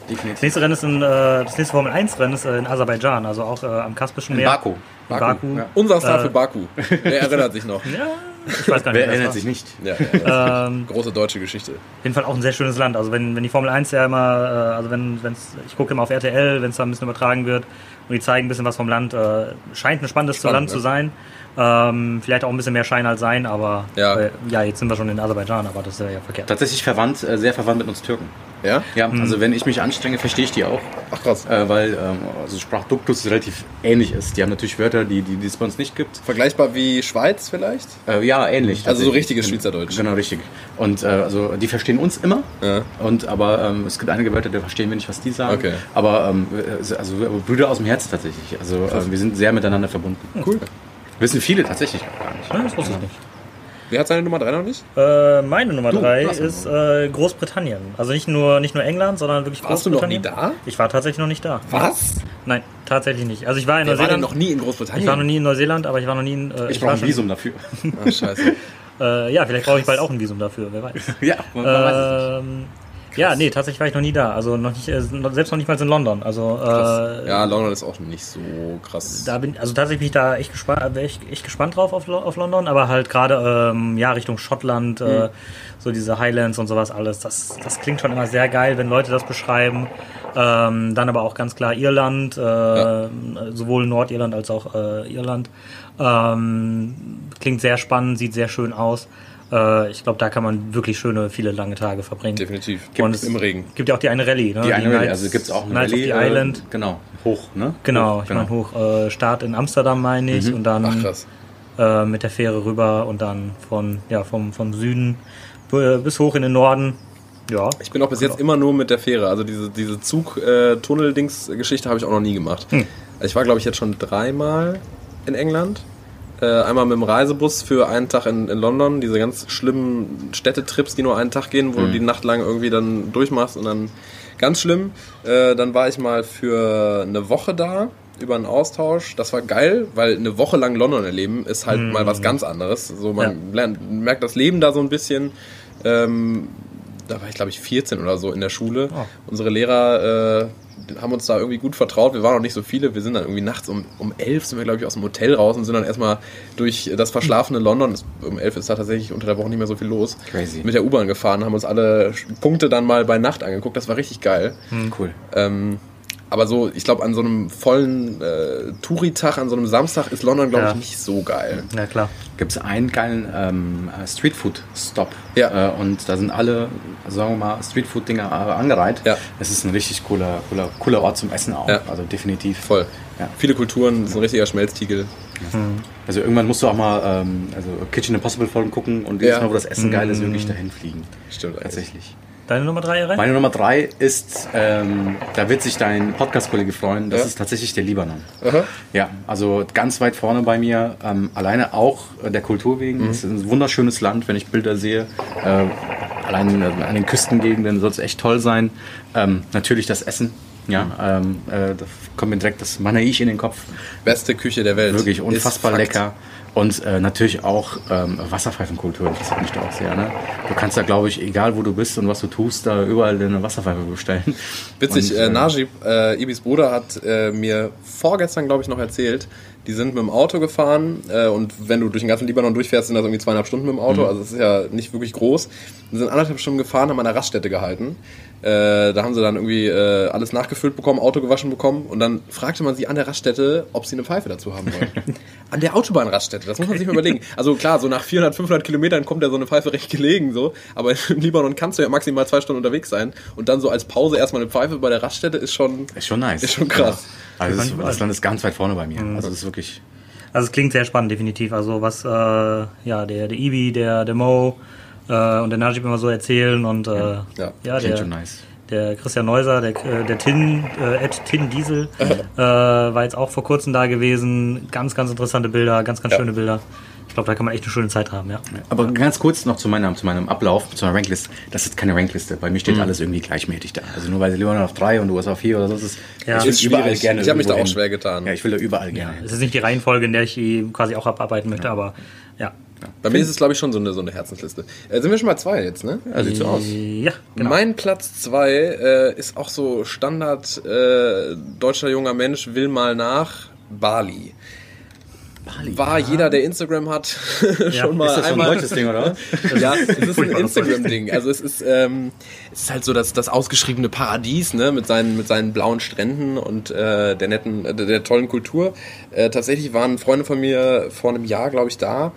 Speaker 1: Das
Speaker 2: Definitiv.
Speaker 1: nächste Rennen ist in, äh, das nächste Formel 1 Rennen ist äh, in Aserbaidschan, also auch äh, am Kaspischen Meer.
Speaker 2: Baku.
Speaker 1: In
Speaker 3: Baku.
Speaker 1: Baku.
Speaker 2: ja.
Speaker 3: Unser Star
Speaker 1: Äh,
Speaker 3: für Baku. Wer erinnert sich
Speaker 1: <laughs>
Speaker 3: noch?
Speaker 1: Ja, ich weiß gar nicht,
Speaker 2: Wer
Speaker 1: das
Speaker 2: erinnert
Speaker 1: war.
Speaker 2: sich nicht?
Speaker 3: Ja, ja,
Speaker 1: Ähm,
Speaker 3: große deutsche Geschichte.
Speaker 1: auf jeden Fall auch ein sehr schönes Land. Also wenn, wenn die Formel 1 ja immer, äh, also wenn, wenn's, ich gucke immer auf RTL, wenn es da ein bisschen übertragen wird und die zeigen ein bisschen was vom Land, äh, scheint ein spannendes
Speaker 3: Spannend,
Speaker 1: Land
Speaker 3: ne?
Speaker 1: zu sein. Ähm, vielleicht auch ein bisschen mehr Schein als sein, aber
Speaker 3: Ja.
Speaker 1: äh, ja, jetzt sind wir schon in Aserbaidschan, aber das wäre ja verkehrt.
Speaker 2: Tatsächlich verwandt, äh, sehr verwandt mit uns Türken.
Speaker 3: Ja?
Speaker 2: Ja, also wenn ich mich anstrenge, verstehe ich die auch.
Speaker 3: Ach krass.
Speaker 2: Äh, weil ähm, also Sprachduktus relativ ähnlich ist. Die haben natürlich Wörter, die, die, die es bei uns nicht gibt.
Speaker 3: Vergleichbar wie Schweiz vielleicht?
Speaker 2: Äh, ja, ähnlich.
Speaker 3: Also so
Speaker 2: tatsächlich.
Speaker 3: richtiges Schweizerdeutsch.
Speaker 2: Genau, richtig. Und äh, also die verstehen uns immer.
Speaker 3: Ja.
Speaker 2: Und aber ähm, es gibt einige Wörter, da verstehen wir nicht, was die sagen.
Speaker 3: Okay.
Speaker 2: Aber ähm, äh, also aber Brüder aus dem Herzen tatsächlich. Also äh, wir sind sehr miteinander verbunden.
Speaker 3: Cool.
Speaker 2: Wissen viele tatsächlich gar nicht.
Speaker 1: Nein, das wusste ich nicht.
Speaker 3: Wer hat seine Nummer 3 noch nicht?
Speaker 1: Äh, meine Nummer
Speaker 2: Du,
Speaker 1: drei
Speaker 2: lass mal.
Speaker 1: ist äh, Großbritannien. Also nicht nur, nicht nur England, sondern wirklich
Speaker 3: Warst du noch nie
Speaker 1: Großbritannien.
Speaker 3: da?
Speaker 1: Ich war tatsächlich noch nicht da.
Speaker 3: Was?
Speaker 1: Nein, tatsächlich nicht. Also ich war in
Speaker 3: Wir waren ja
Speaker 1: Neuseeland.
Speaker 3: noch nie in
Speaker 1: ich war noch
Speaker 3: Großbritannien.
Speaker 1: nie in Neuseeland, aber ich war noch nie in. Äh,
Speaker 2: Ich
Speaker 1: war
Speaker 2: brauche ein
Speaker 1: schon-
Speaker 2: Visum dafür.
Speaker 3: Ah, scheiße.
Speaker 1: Äh, ja, vielleicht brauche ich bald auch ein Visum dafür, wer weiß.
Speaker 2: ja, man, man weiß es nicht.
Speaker 1: ähm, ja, nee, tatsächlich war ich noch nie da. Also noch nicht, äh, noch- selbst noch nicht mal in London. Also <laughs> äh,
Speaker 3: ja, London ist auch nicht so krass.
Speaker 1: da bin, also tatsächlich bin ich da echt gespannt, äh, echt, echt gespannt drauf auf, Lo- auf London, aber halt gerade ähm, ja Richtung Schottland,
Speaker 2: Mhm.
Speaker 1: äh, so diese Highlands und sowas alles. Das, das klingt schon immer sehr geil, wenn Leute das beschreiben. Ähm, dann aber auch ganz klar Irland, äh,
Speaker 3: Ja.
Speaker 1: sowohl Nordirland als auch äh, Irland. Ähm, klingt sehr spannend, sieht sehr schön aus. Äh, ich glaube, da kann man wirklich schöne, viele lange Tage verbringen.
Speaker 3: Definitiv.
Speaker 1: Und
Speaker 3: Gibt im Regen.
Speaker 1: Gibt ja auch die eine Rallye, ne?
Speaker 2: die eine Rallye,
Speaker 1: Knights-
Speaker 2: also gibt es auch eine
Speaker 1: Knights of
Speaker 2: Rallye.
Speaker 1: the Island.
Speaker 2: Äh, genau, hoch, ne?
Speaker 1: Genau,
Speaker 2: hoch,
Speaker 1: ich meine hoch. Äh, Start in Amsterdam meine ich
Speaker 2: Mhm.
Speaker 1: und dann
Speaker 3: Ach krass.
Speaker 1: äh, mit der Fähre rüber und dann von ja vom vom Süden b- bis hoch in den Norden. Ja,
Speaker 3: Ich bin auch bis jetzt immer nur mit der Fähre. Also diese, diese Zug-Tunnel-Dings-Geschichte habe ich auch noch nie gemacht. Also ich war, glaube ich, jetzt schon dreimal in England. Äh, einmal mit dem Reisebus für einen Tag in, in London. Diese ganz schlimmen Städtetrips, die nur einen Tag gehen, wo du die Nacht lang irgendwie dann durchmachst und dann ganz schlimm. Äh, dann war ich mal für eine Woche da über einen Austausch. Das war geil, weil eine Woche lang London erleben ist halt mal was ganz anderes. So man lernt, merkt das Leben da so ein bisschen. Ähm, da war ich glaube ich 14 oder so in der Schule.
Speaker 1: Ah.
Speaker 3: Unsere Lehrer äh, haben uns da irgendwie gut vertraut. Wir waren noch nicht so viele. Wir sind dann irgendwie nachts um, um 11 sind wir glaube ich aus dem Hotel raus und sind dann erstmal durch das verschlafene London. Es- Um 11 ist da tatsächlich unter der Woche nicht mehr so viel los.
Speaker 2: Crazy.
Speaker 3: Mit der U-Bahn gefahren, haben uns alle Punkte dann mal bei Nacht angeguckt. Das war richtig geil.
Speaker 2: Cool.
Speaker 3: Ähm, aber so, ich glaube, an so einem vollen äh, Touri-Tag, an so einem Samstag ist London, glaube
Speaker 1: Ja.
Speaker 3: ich, nicht so geil.
Speaker 1: na klar.
Speaker 2: gibt es einen geilen ähm, Streetfood-Stop.
Speaker 3: Ja.
Speaker 2: Äh, und da sind alle, sagen wir mal, Streetfood-Dinger äh, angereiht.
Speaker 3: Ja.
Speaker 2: Es ist ein richtig cooler, cooler, cooler Ort zum Essen auch.
Speaker 3: Ja.
Speaker 2: Also definitiv.
Speaker 3: Voll.
Speaker 2: Ja.
Speaker 3: Viele Kulturen, ist ein richtiger Schmelztiegel.
Speaker 2: Also irgendwann musst du auch mal ähm, also Kitchen Impossible Folgen gucken und jedes
Speaker 3: Ja. Mm.
Speaker 2: Mal, wo das Essen geil ist, wirklich dahin fliegen.
Speaker 3: Stimmt eigentlich.
Speaker 2: Tatsächlich.
Speaker 1: Deine Nummer drei rein?
Speaker 2: Meine Nummer drei ist, ähm, da wird sich dein Podcast-Kollege freuen, das
Speaker 3: Ja.
Speaker 2: ist tatsächlich der Libanon.
Speaker 3: Aha.
Speaker 2: Ja, also ganz weit vorne bei mir. Ähm, alleine auch äh, der Kultur wegen.
Speaker 3: Mhm.
Speaker 2: Es ist ein wunderschönes Land, wenn ich Bilder sehe. Äh, allein äh, an den Küstengegenden soll es echt toll sein. Ähm, natürlich das Essen.
Speaker 3: Mhm.
Speaker 2: Ja, ähm, äh, da kommt mir direkt das Manaich in den Kopf.
Speaker 3: Beste Küche der Welt.
Speaker 2: Wirklich
Speaker 3: Ist
Speaker 2: unfassbar
Speaker 3: Fakt.
Speaker 2: lecker. Und äh, natürlich auch ähm, Wasserpfeifenkultur interessiert mich da auch sehr. Ne? Du kannst da, glaube ich, egal wo du bist und was du tust, da überall eine Wasserpfeife bestellen. <laughs>
Speaker 3: Witzig,
Speaker 2: Und,
Speaker 3: äh, Najib, äh, Ibis Bruder, hat äh, mir vorgestern, glaube ich, noch erzählt, Die sind mit dem Auto gefahren äh, und wenn du durch den ganzen Libanon durchfährst, sind das irgendwie zweieinhalb Stunden mit dem Auto, also es ist ja nicht wirklich groß. Die sind anderthalb Stunden gefahren, haben an einer Raststätte gehalten. Äh, da haben sie dann irgendwie äh, alles nachgefüllt bekommen, Auto gewaschen bekommen und dann fragte man sie an der Raststätte, ob sie eine Pfeife dazu haben
Speaker 2: <laughs>
Speaker 3: wollen. an der Autobahnraststätte, das muss man sich mal überlegen. Also klar, so nach 400, 500 Kilometern kommt ja so eine Pfeife recht gelegen, so, aber im Libanon kannst du ja maximal zwei Stunden unterwegs sein und dann so als Pause erstmal eine Pfeife bei der Raststätte ist schon,
Speaker 2: Ist schon nice.
Speaker 3: Ist schon krass.
Speaker 2: Ja. Also das,
Speaker 1: Kann
Speaker 2: ist,
Speaker 1: ich
Speaker 2: das Land ist ganz weit vorne bei mir.
Speaker 3: Mhm.
Speaker 2: Also das ist wirklich.
Speaker 1: Also es klingt sehr spannend, definitiv. Also was äh, ja der, der Ibi, der, der Mo äh, und der Najib immer so erzählen und äh, ja,
Speaker 3: ja,
Speaker 2: klingt
Speaker 1: der,
Speaker 2: schon nice.
Speaker 1: der Christian Neuser, der, äh, der Tin, äh, at
Speaker 2: <laughs>
Speaker 1: Tin Diesel, äh, war jetzt auch vor kurzem da gewesen. Ganz, ganz interessante Bilder, ganz, ganz
Speaker 3: Ja.
Speaker 1: schöne Bilder. Ich glaube, da kann man echt eine schöne Zeit haben, ja.
Speaker 2: Aber ganz kurz noch zu, meiner, zu meinem Ablauf, zu meiner Rankliste. Das ist keine Rankliste. Bei mir steht alles irgendwie gleichmäßig da. Also nur weil Leon auf 3 und USA auf 4 oder so ist es.
Speaker 1: Ja.
Speaker 2: will
Speaker 1: Ist
Speaker 3: schwierig. Ich hab mich
Speaker 2: irgendwo
Speaker 3: da auch schwer getan.
Speaker 2: Ja, ich will da überall gerne. hin.
Speaker 1: Es ist nicht die Reihenfolge, in der ich die quasi auch abarbeiten möchte, aber ja.
Speaker 3: Bei mir ist es glaube ich schon so eine, so eine Herzensliste. Äh, sind wir schon mal zwei jetzt, ne?
Speaker 2: Ja, sieht so aus.
Speaker 1: Ja, genau.
Speaker 3: Mein Platz 2 äh, ist auch so Standard äh, deutscher junger Mensch will mal nach Bali. War jeder, der Instagram hat, schon
Speaker 1: Ja.
Speaker 3: mal
Speaker 2: Ist das so ein
Speaker 3: einmal
Speaker 2: deutsches Ding, oder?
Speaker 3: <laughs>
Speaker 2: <laughs>
Speaker 3: ja, es ist ein
Speaker 1: Furchtbar, das
Speaker 3: Instagram-Ding. Also es ist, ähm, es ist halt so das, das ausgeschriebene Paradies, ne, mit seinen, mit seinen blauen Stränden und äh, der netten, äh, der tollen Kultur. Äh, tatsächlich waren Freunde von mir vor einem Jahr, glaube ich, da.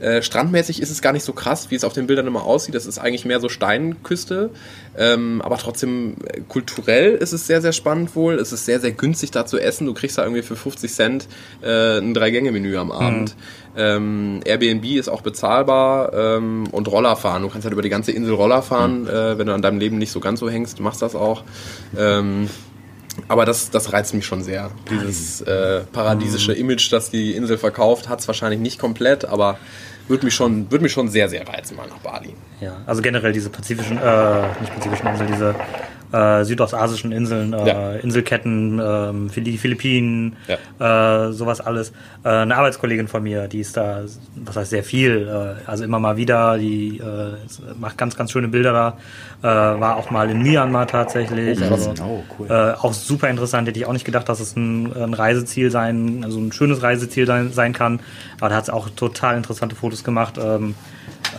Speaker 3: Äh, strandmäßig ist es gar nicht so krass, wie es auf den Bildern immer aussieht. Das ist eigentlich mehr so Steinküste. Ähm, aber trotzdem äh, kulturell ist es sehr, sehr spannend wohl. Es ist sehr, sehr günstig da zu essen. Du kriegst da irgendwie für 50 Cent äh, ein Drei-Gänge-Menü am Abend. Ähm, Airbnb ist auch bezahlbar ähm, und Roller fahren. Du kannst halt über die ganze Insel Roller fahren, äh, wenn du an deinem Leben nicht so ganz so hängst, machst das auch. Ähm, aber das, das reizt mich schon sehr. Dieses äh, paradiesische Image, das die Insel verkauft, hat es wahrscheinlich nicht komplett, aber würde mich, schon, würd mich schon sehr, sehr reizen, mal nach Bali.
Speaker 1: Ja, also generell diese pazifischen, äh, nicht pazifischen Inseln, diese äh, südostasischen Inseln, äh,
Speaker 3: Ja.
Speaker 1: Inselketten, ähm, Phil- die Philippinen, äh, sowas alles. Äh, eine Arbeitskollegin von mir, die ist da, was heißt sehr viel, äh, also immer mal wieder, die äh, macht ganz, ganz schöne Bilder da, äh, war auch mal in Myanmar tatsächlich.
Speaker 2: krass.
Speaker 1: also,
Speaker 2: Oh, cool.
Speaker 1: äh, auch super interessant, hätte ich auch nicht gedacht, dass es ein, ein Reiseziel sein, also ein schönes Reiseziel sein, sein kann. Aber da hat es auch total interessante Fotos gemacht. Ähm,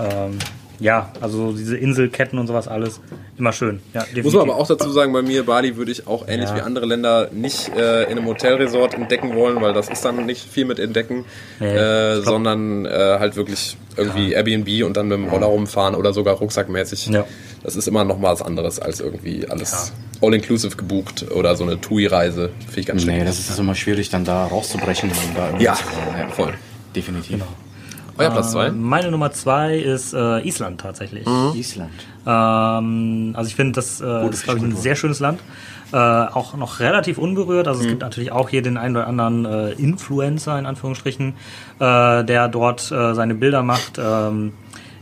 Speaker 1: ähm, ja, also diese Inselketten und sowas alles, immer schön. Ja,
Speaker 3: Muss man aber auch dazu sagen, bei mir Bali würde ich auch ähnlich
Speaker 1: Also Ja.
Speaker 3: wie andere Länder nicht äh, in einem Hotelresort entdecken wollen, weil das ist dann nicht viel mit entdecken,
Speaker 1: Nee,
Speaker 3: äh,
Speaker 1: ich glaub-
Speaker 3: sondern äh, halt wirklich irgendwie Airbnb und dann mit dem Roller rumfahren oder sogar rucksackmäßig.
Speaker 1: Ja.
Speaker 3: Das ist immer noch mal was anderes als irgendwie alles all-inclusive gebucht oder so eine TUI-Reise. Finde ich ganz schlecht.
Speaker 2: Nee, das ist immer schwierig, dann da rauszubrechen. Und da irgendwie
Speaker 3: Ja.
Speaker 2: zu sagen,
Speaker 3: Voll.
Speaker 2: Definitiv.
Speaker 3: Euer Platz zwei?
Speaker 1: Äh, meine Nummer zwei ist äh, Island tatsächlich.
Speaker 3: Mhm.
Speaker 2: Island.
Speaker 1: Ähm, also ich finde, das äh, ist, glaube ich, ein sehr schönes Land. Äh, auch noch relativ unberührt.
Speaker 3: Mhm.
Speaker 1: Also es gibt natürlich auch hier den einen oder anderen äh, Influencer, in Anführungsstrichen, äh, der dort äh, seine Bilder macht. Ähm,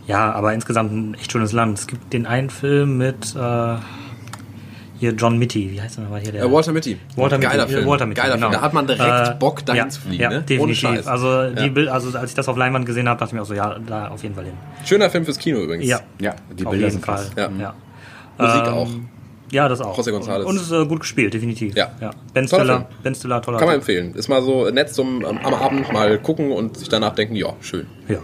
Speaker 1: ja, aber insgesamt ein echt schönes Land. Es gibt den einen Film mit äh, hier John Mitty. Wie heißt der nochmal hier? Der,
Speaker 3: Äh, Walter Mitty.
Speaker 1: Walter Mitty,
Speaker 3: Geiler
Speaker 1: äh,
Speaker 3: Film.
Speaker 1: Walter Mitty,
Speaker 3: Geiler
Speaker 1: genau.
Speaker 3: Film. Da hat man direkt
Speaker 1: Äh,
Speaker 3: Bock, dahin
Speaker 1: ja,
Speaker 3: zu fliegen.
Speaker 1: Ja,
Speaker 3: ne? Ohne Scheiß.
Speaker 1: definitiv. Also, die
Speaker 3: Ja.
Speaker 1: Bild, also als ich das auf Leinwand gesehen habe, dachte ich mir auch so, ja, da auf jeden Fall hin.
Speaker 3: Schöner Film fürs Kino übrigens.
Speaker 1: Ja,
Speaker 2: Ja, die
Speaker 1: auf
Speaker 2: Bilder
Speaker 1: jeden
Speaker 2: sind
Speaker 1: Fall.
Speaker 2: krass.
Speaker 3: Ja.
Speaker 1: ja.
Speaker 3: Musik
Speaker 1: Ähm,
Speaker 3: auch.
Speaker 1: Ja, das auch.
Speaker 3: José González.
Speaker 1: Und es ist äh, gut gespielt, definitiv.
Speaker 3: Ja.
Speaker 1: Ben
Speaker 3: Toller
Speaker 1: Stiller,
Speaker 3: Film.
Speaker 1: ben Stiller, toller
Speaker 3: Kann man
Speaker 1: Typ.
Speaker 3: empfehlen. Ist mal so nett zum ähm, am am Abend mal gucken und sich danach denken, ja, schön.
Speaker 1: Ja.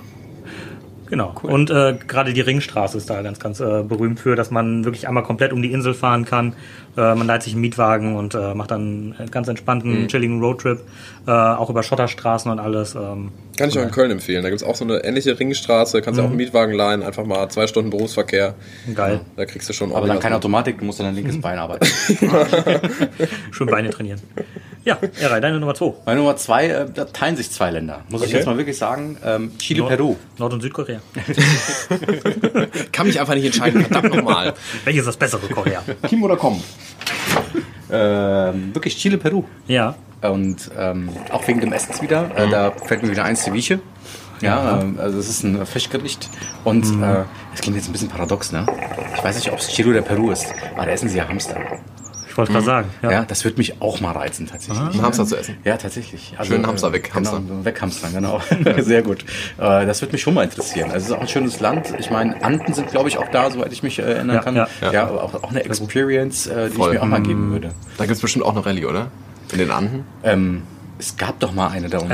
Speaker 1: Genau. Und äh, gerade die Ringstraße ist da ganz, ganz äh, berühmt für, dass man wirklich einmal komplett um die Insel fahren kann. Äh, man leiht sich einen Mietwagen und äh, macht dann einen ganz
Speaker 3: Mhm.
Speaker 1: entspannten, chilligen Roadtrip. Äh, auch über Schotterstraßen und alles. Ähm,
Speaker 3: Kann ich auch in Köln empfehlen. Da gibt es auch so eine ähnliche Ringstraße, kannst du
Speaker 2: Mhm.
Speaker 3: auch einen Mietwagen leihen, einfach mal zwei Stunden Berufsverkehr.
Speaker 1: geil.
Speaker 3: Da kriegst du schon
Speaker 2: Aber dann
Speaker 3: ordentlich
Speaker 2: keine
Speaker 3: was mit.
Speaker 2: Automatik, du musst dann dein linkes Bein arbeiten.
Speaker 1: Schön Beine trainieren. Ja, Erei, deine Nummer 2.
Speaker 2: Bei Nummer zwei, äh, da teilen sich zwei Länder. Muss ich
Speaker 3: Okay.
Speaker 2: jetzt mal wirklich sagen. Ähm, Chile,
Speaker 1: <laughs>
Speaker 2: Peru.
Speaker 1: Nord- und Südkorea.
Speaker 3: Kann mich einfach nicht entscheiden,
Speaker 2: <laughs>
Speaker 3: verdammt nochmal.
Speaker 1: Welches ist das bessere Korea?
Speaker 2: Kim oder Kom? ähm, wirklich Chile, Peru.
Speaker 1: ja.
Speaker 2: Und ähm, auch wegen dem Essens wieder. Äh, da
Speaker 3: Mhm.
Speaker 2: fällt mir wieder ein Ceviche. Ja, ähm, also es ist ein Fischgericht. Und
Speaker 3: Mhm.
Speaker 2: äh, es klingt jetzt ein bisschen paradox, ne? Ich weiß nicht, ob es Chile oder Peru ist, aber da essen sie ja Hamster.
Speaker 1: Ich wollte gerade sagen.
Speaker 2: Hm. Ja.
Speaker 1: Ja.
Speaker 2: das würde mich auch mal reizen, tatsächlich.
Speaker 3: Einen Hamster zu essen.
Speaker 2: Ja, tatsächlich. Also,
Speaker 3: Schönen Hamster
Speaker 2: äh,
Speaker 3: weg,
Speaker 2: Genau,
Speaker 3: hamstern.
Speaker 2: Weghamstern,
Speaker 3: <laughs>
Speaker 2: genau. <laughs> Sehr gut. Äh, Das würde mich schon mal interessieren. Also es ist auch ein schönes Land. Ich meine, Anden sind, glaube ich, auch da, soweit ich mich äh, erinnern
Speaker 1: Ja,
Speaker 2: kann.
Speaker 1: ja.
Speaker 2: Ja, aber auch, auch eine Experience, äh, die
Speaker 3: Voll. Mhm.
Speaker 2: ich mir auch mal geben würde.
Speaker 3: Da gibt es bestimmt auch eine Rallye, oder? In den Anden?
Speaker 2: Ähm, Es gab doch mal eine da
Speaker 3: Äh,
Speaker 2: unten.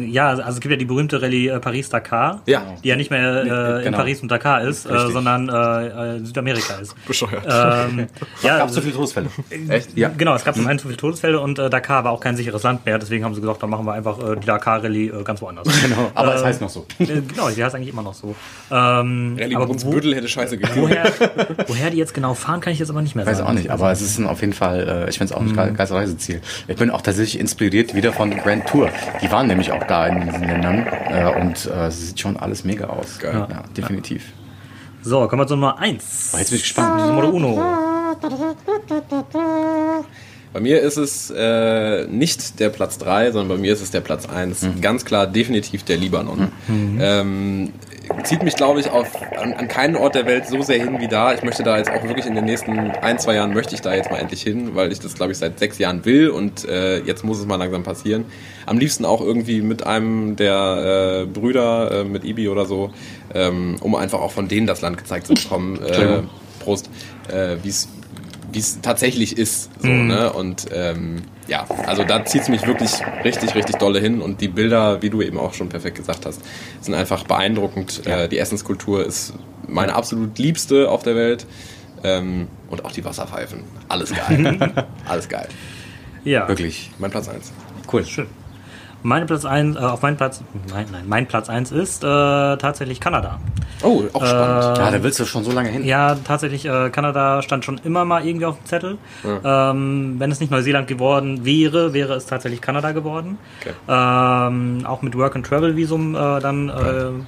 Speaker 1: Ähm, ja, also es gibt ja die berühmte Rallye äh, Paris-Dakar,
Speaker 3: Ja.
Speaker 1: die ja nicht mehr äh,
Speaker 2: Nee,
Speaker 1: in
Speaker 2: genau.
Speaker 1: Paris und Dakar ist, äh,
Speaker 2: Richtig.
Speaker 1: sondern äh, äh, Südamerika ist.
Speaker 3: Bescheuert.
Speaker 2: <laughs>
Speaker 1: Ähm, ja,
Speaker 2: gab so viele Todesfälle.
Speaker 3: Echt?
Speaker 2: Ja. Hm.
Speaker 1: Genau, es gab zum einen zu viele Todesfälle und äh, Dakar war auch kein sicheres Land mehr, deswegen haben sie gesagt, dann machen wir einfach äh, die Dakar-Rallye äh, ganz
Speaker 2: <laughs>
Speaker 1: woanders. Genau,
Speaker 2: Aber
Speaker 3: Ähm,
Speaker 2: es heißt noch so.
Speaker 1: äh, genau, sie heißt eigentlich immer noch so. Ähm,
Speaker 3: Rallye
Speaker 1: aber wo,
Speaker 3: Brunsbüttel hätte scheiße geklungen.
Speaker 1: woher, woher die jetzt genau fahren, kann ich jetzt aber nicht mehr
Speaker 2: Weiß
Speaker 1: sagen.
Speaker 2: auch nicht, aber es ist ein, auf jeden Fall, äh, ich finde es auch ein ge- geiles Reiseziel. Ich bin auch tatsächlich inspiriert wieder von Grand Tour. Die waren nämlich auch da in diesen Ländern äh, und äh, es sieht schon alles mega aus.
Speaker 3: Geil.
Speaker 2: Ja, definitiv.
Speaker 1: So, kommen wir zur Nummer 1.
Speaker 2: Aber Oh, jetzt bin ich gespannt.
Speaker 1: Nummer Uno.
Speaker 3: Bei mir ist es äh, nicht der Platz 3, sondern bei mir ist es der Platz 1. Ganz klar, definitiv der Libanon. Ähm, zieht mich, glaube ich, auf, an, an keinen Ort der Welt so sehr hin wie da. Ich möchte da jetzt auch wirklich in den nächsten ein, zwei Jahren möchte ich da jetzt mal endlich hin, weil ich das, glaube ich, seit sechs Jahren will und äh, jetzt muss es mal langsam passieren. Am liebsten auch irgendwie mit einem der äh, Brüder, äh, mit Ibi oder so, ähm, um einfach auch von denen das Land gezeigt zu bekommen. Äh, Prost. Äh, wie es wie es tatsächlich ist. So,
Speaker 2: Mhm.
Speaker 3: ne? Und ähm, ja, also da zieht es mich wirklich richtig, richtig dolle hin. Und die Bilder, wie du eben auch schon perfekt gesagt hast, sind einfach beeindruckend. Äh, die Essenskultur ist meine absolut liebste auf der Welt. Ähm, und auch die Wasserpfeifen. Alles
Speaker 2: <laughs>
Speaker 3: geil. Alles geil.
Speaker 1: Ja.
Speaker 2: Wirklich.
Speaker 3: Mein Platz 1.
Speaker 2: Cool.
Speaker 1: Schön. Mein Platz 1, äh, auf meinen Platz, nein, nein, mein Platz 1 ist äh, tatsächlich Kanada.
Speaker 3: Oh, auch spannend.
Speaker 2: Ähm, Ja, da willst du schon so lange hin.
Speaker 1: Ja, tatsächlich, äh, Kanada stand schon immer mal irgendwie auf dem Zettel. Ähm, wenn es nicht Neuseeland geworden wäre, wäre es tatsächlich Kanada geworden.
Speaker 3: Okay.
Speaker 1: Ähm, auch mit Work-and-Travel-Visum äh, dann. Äh,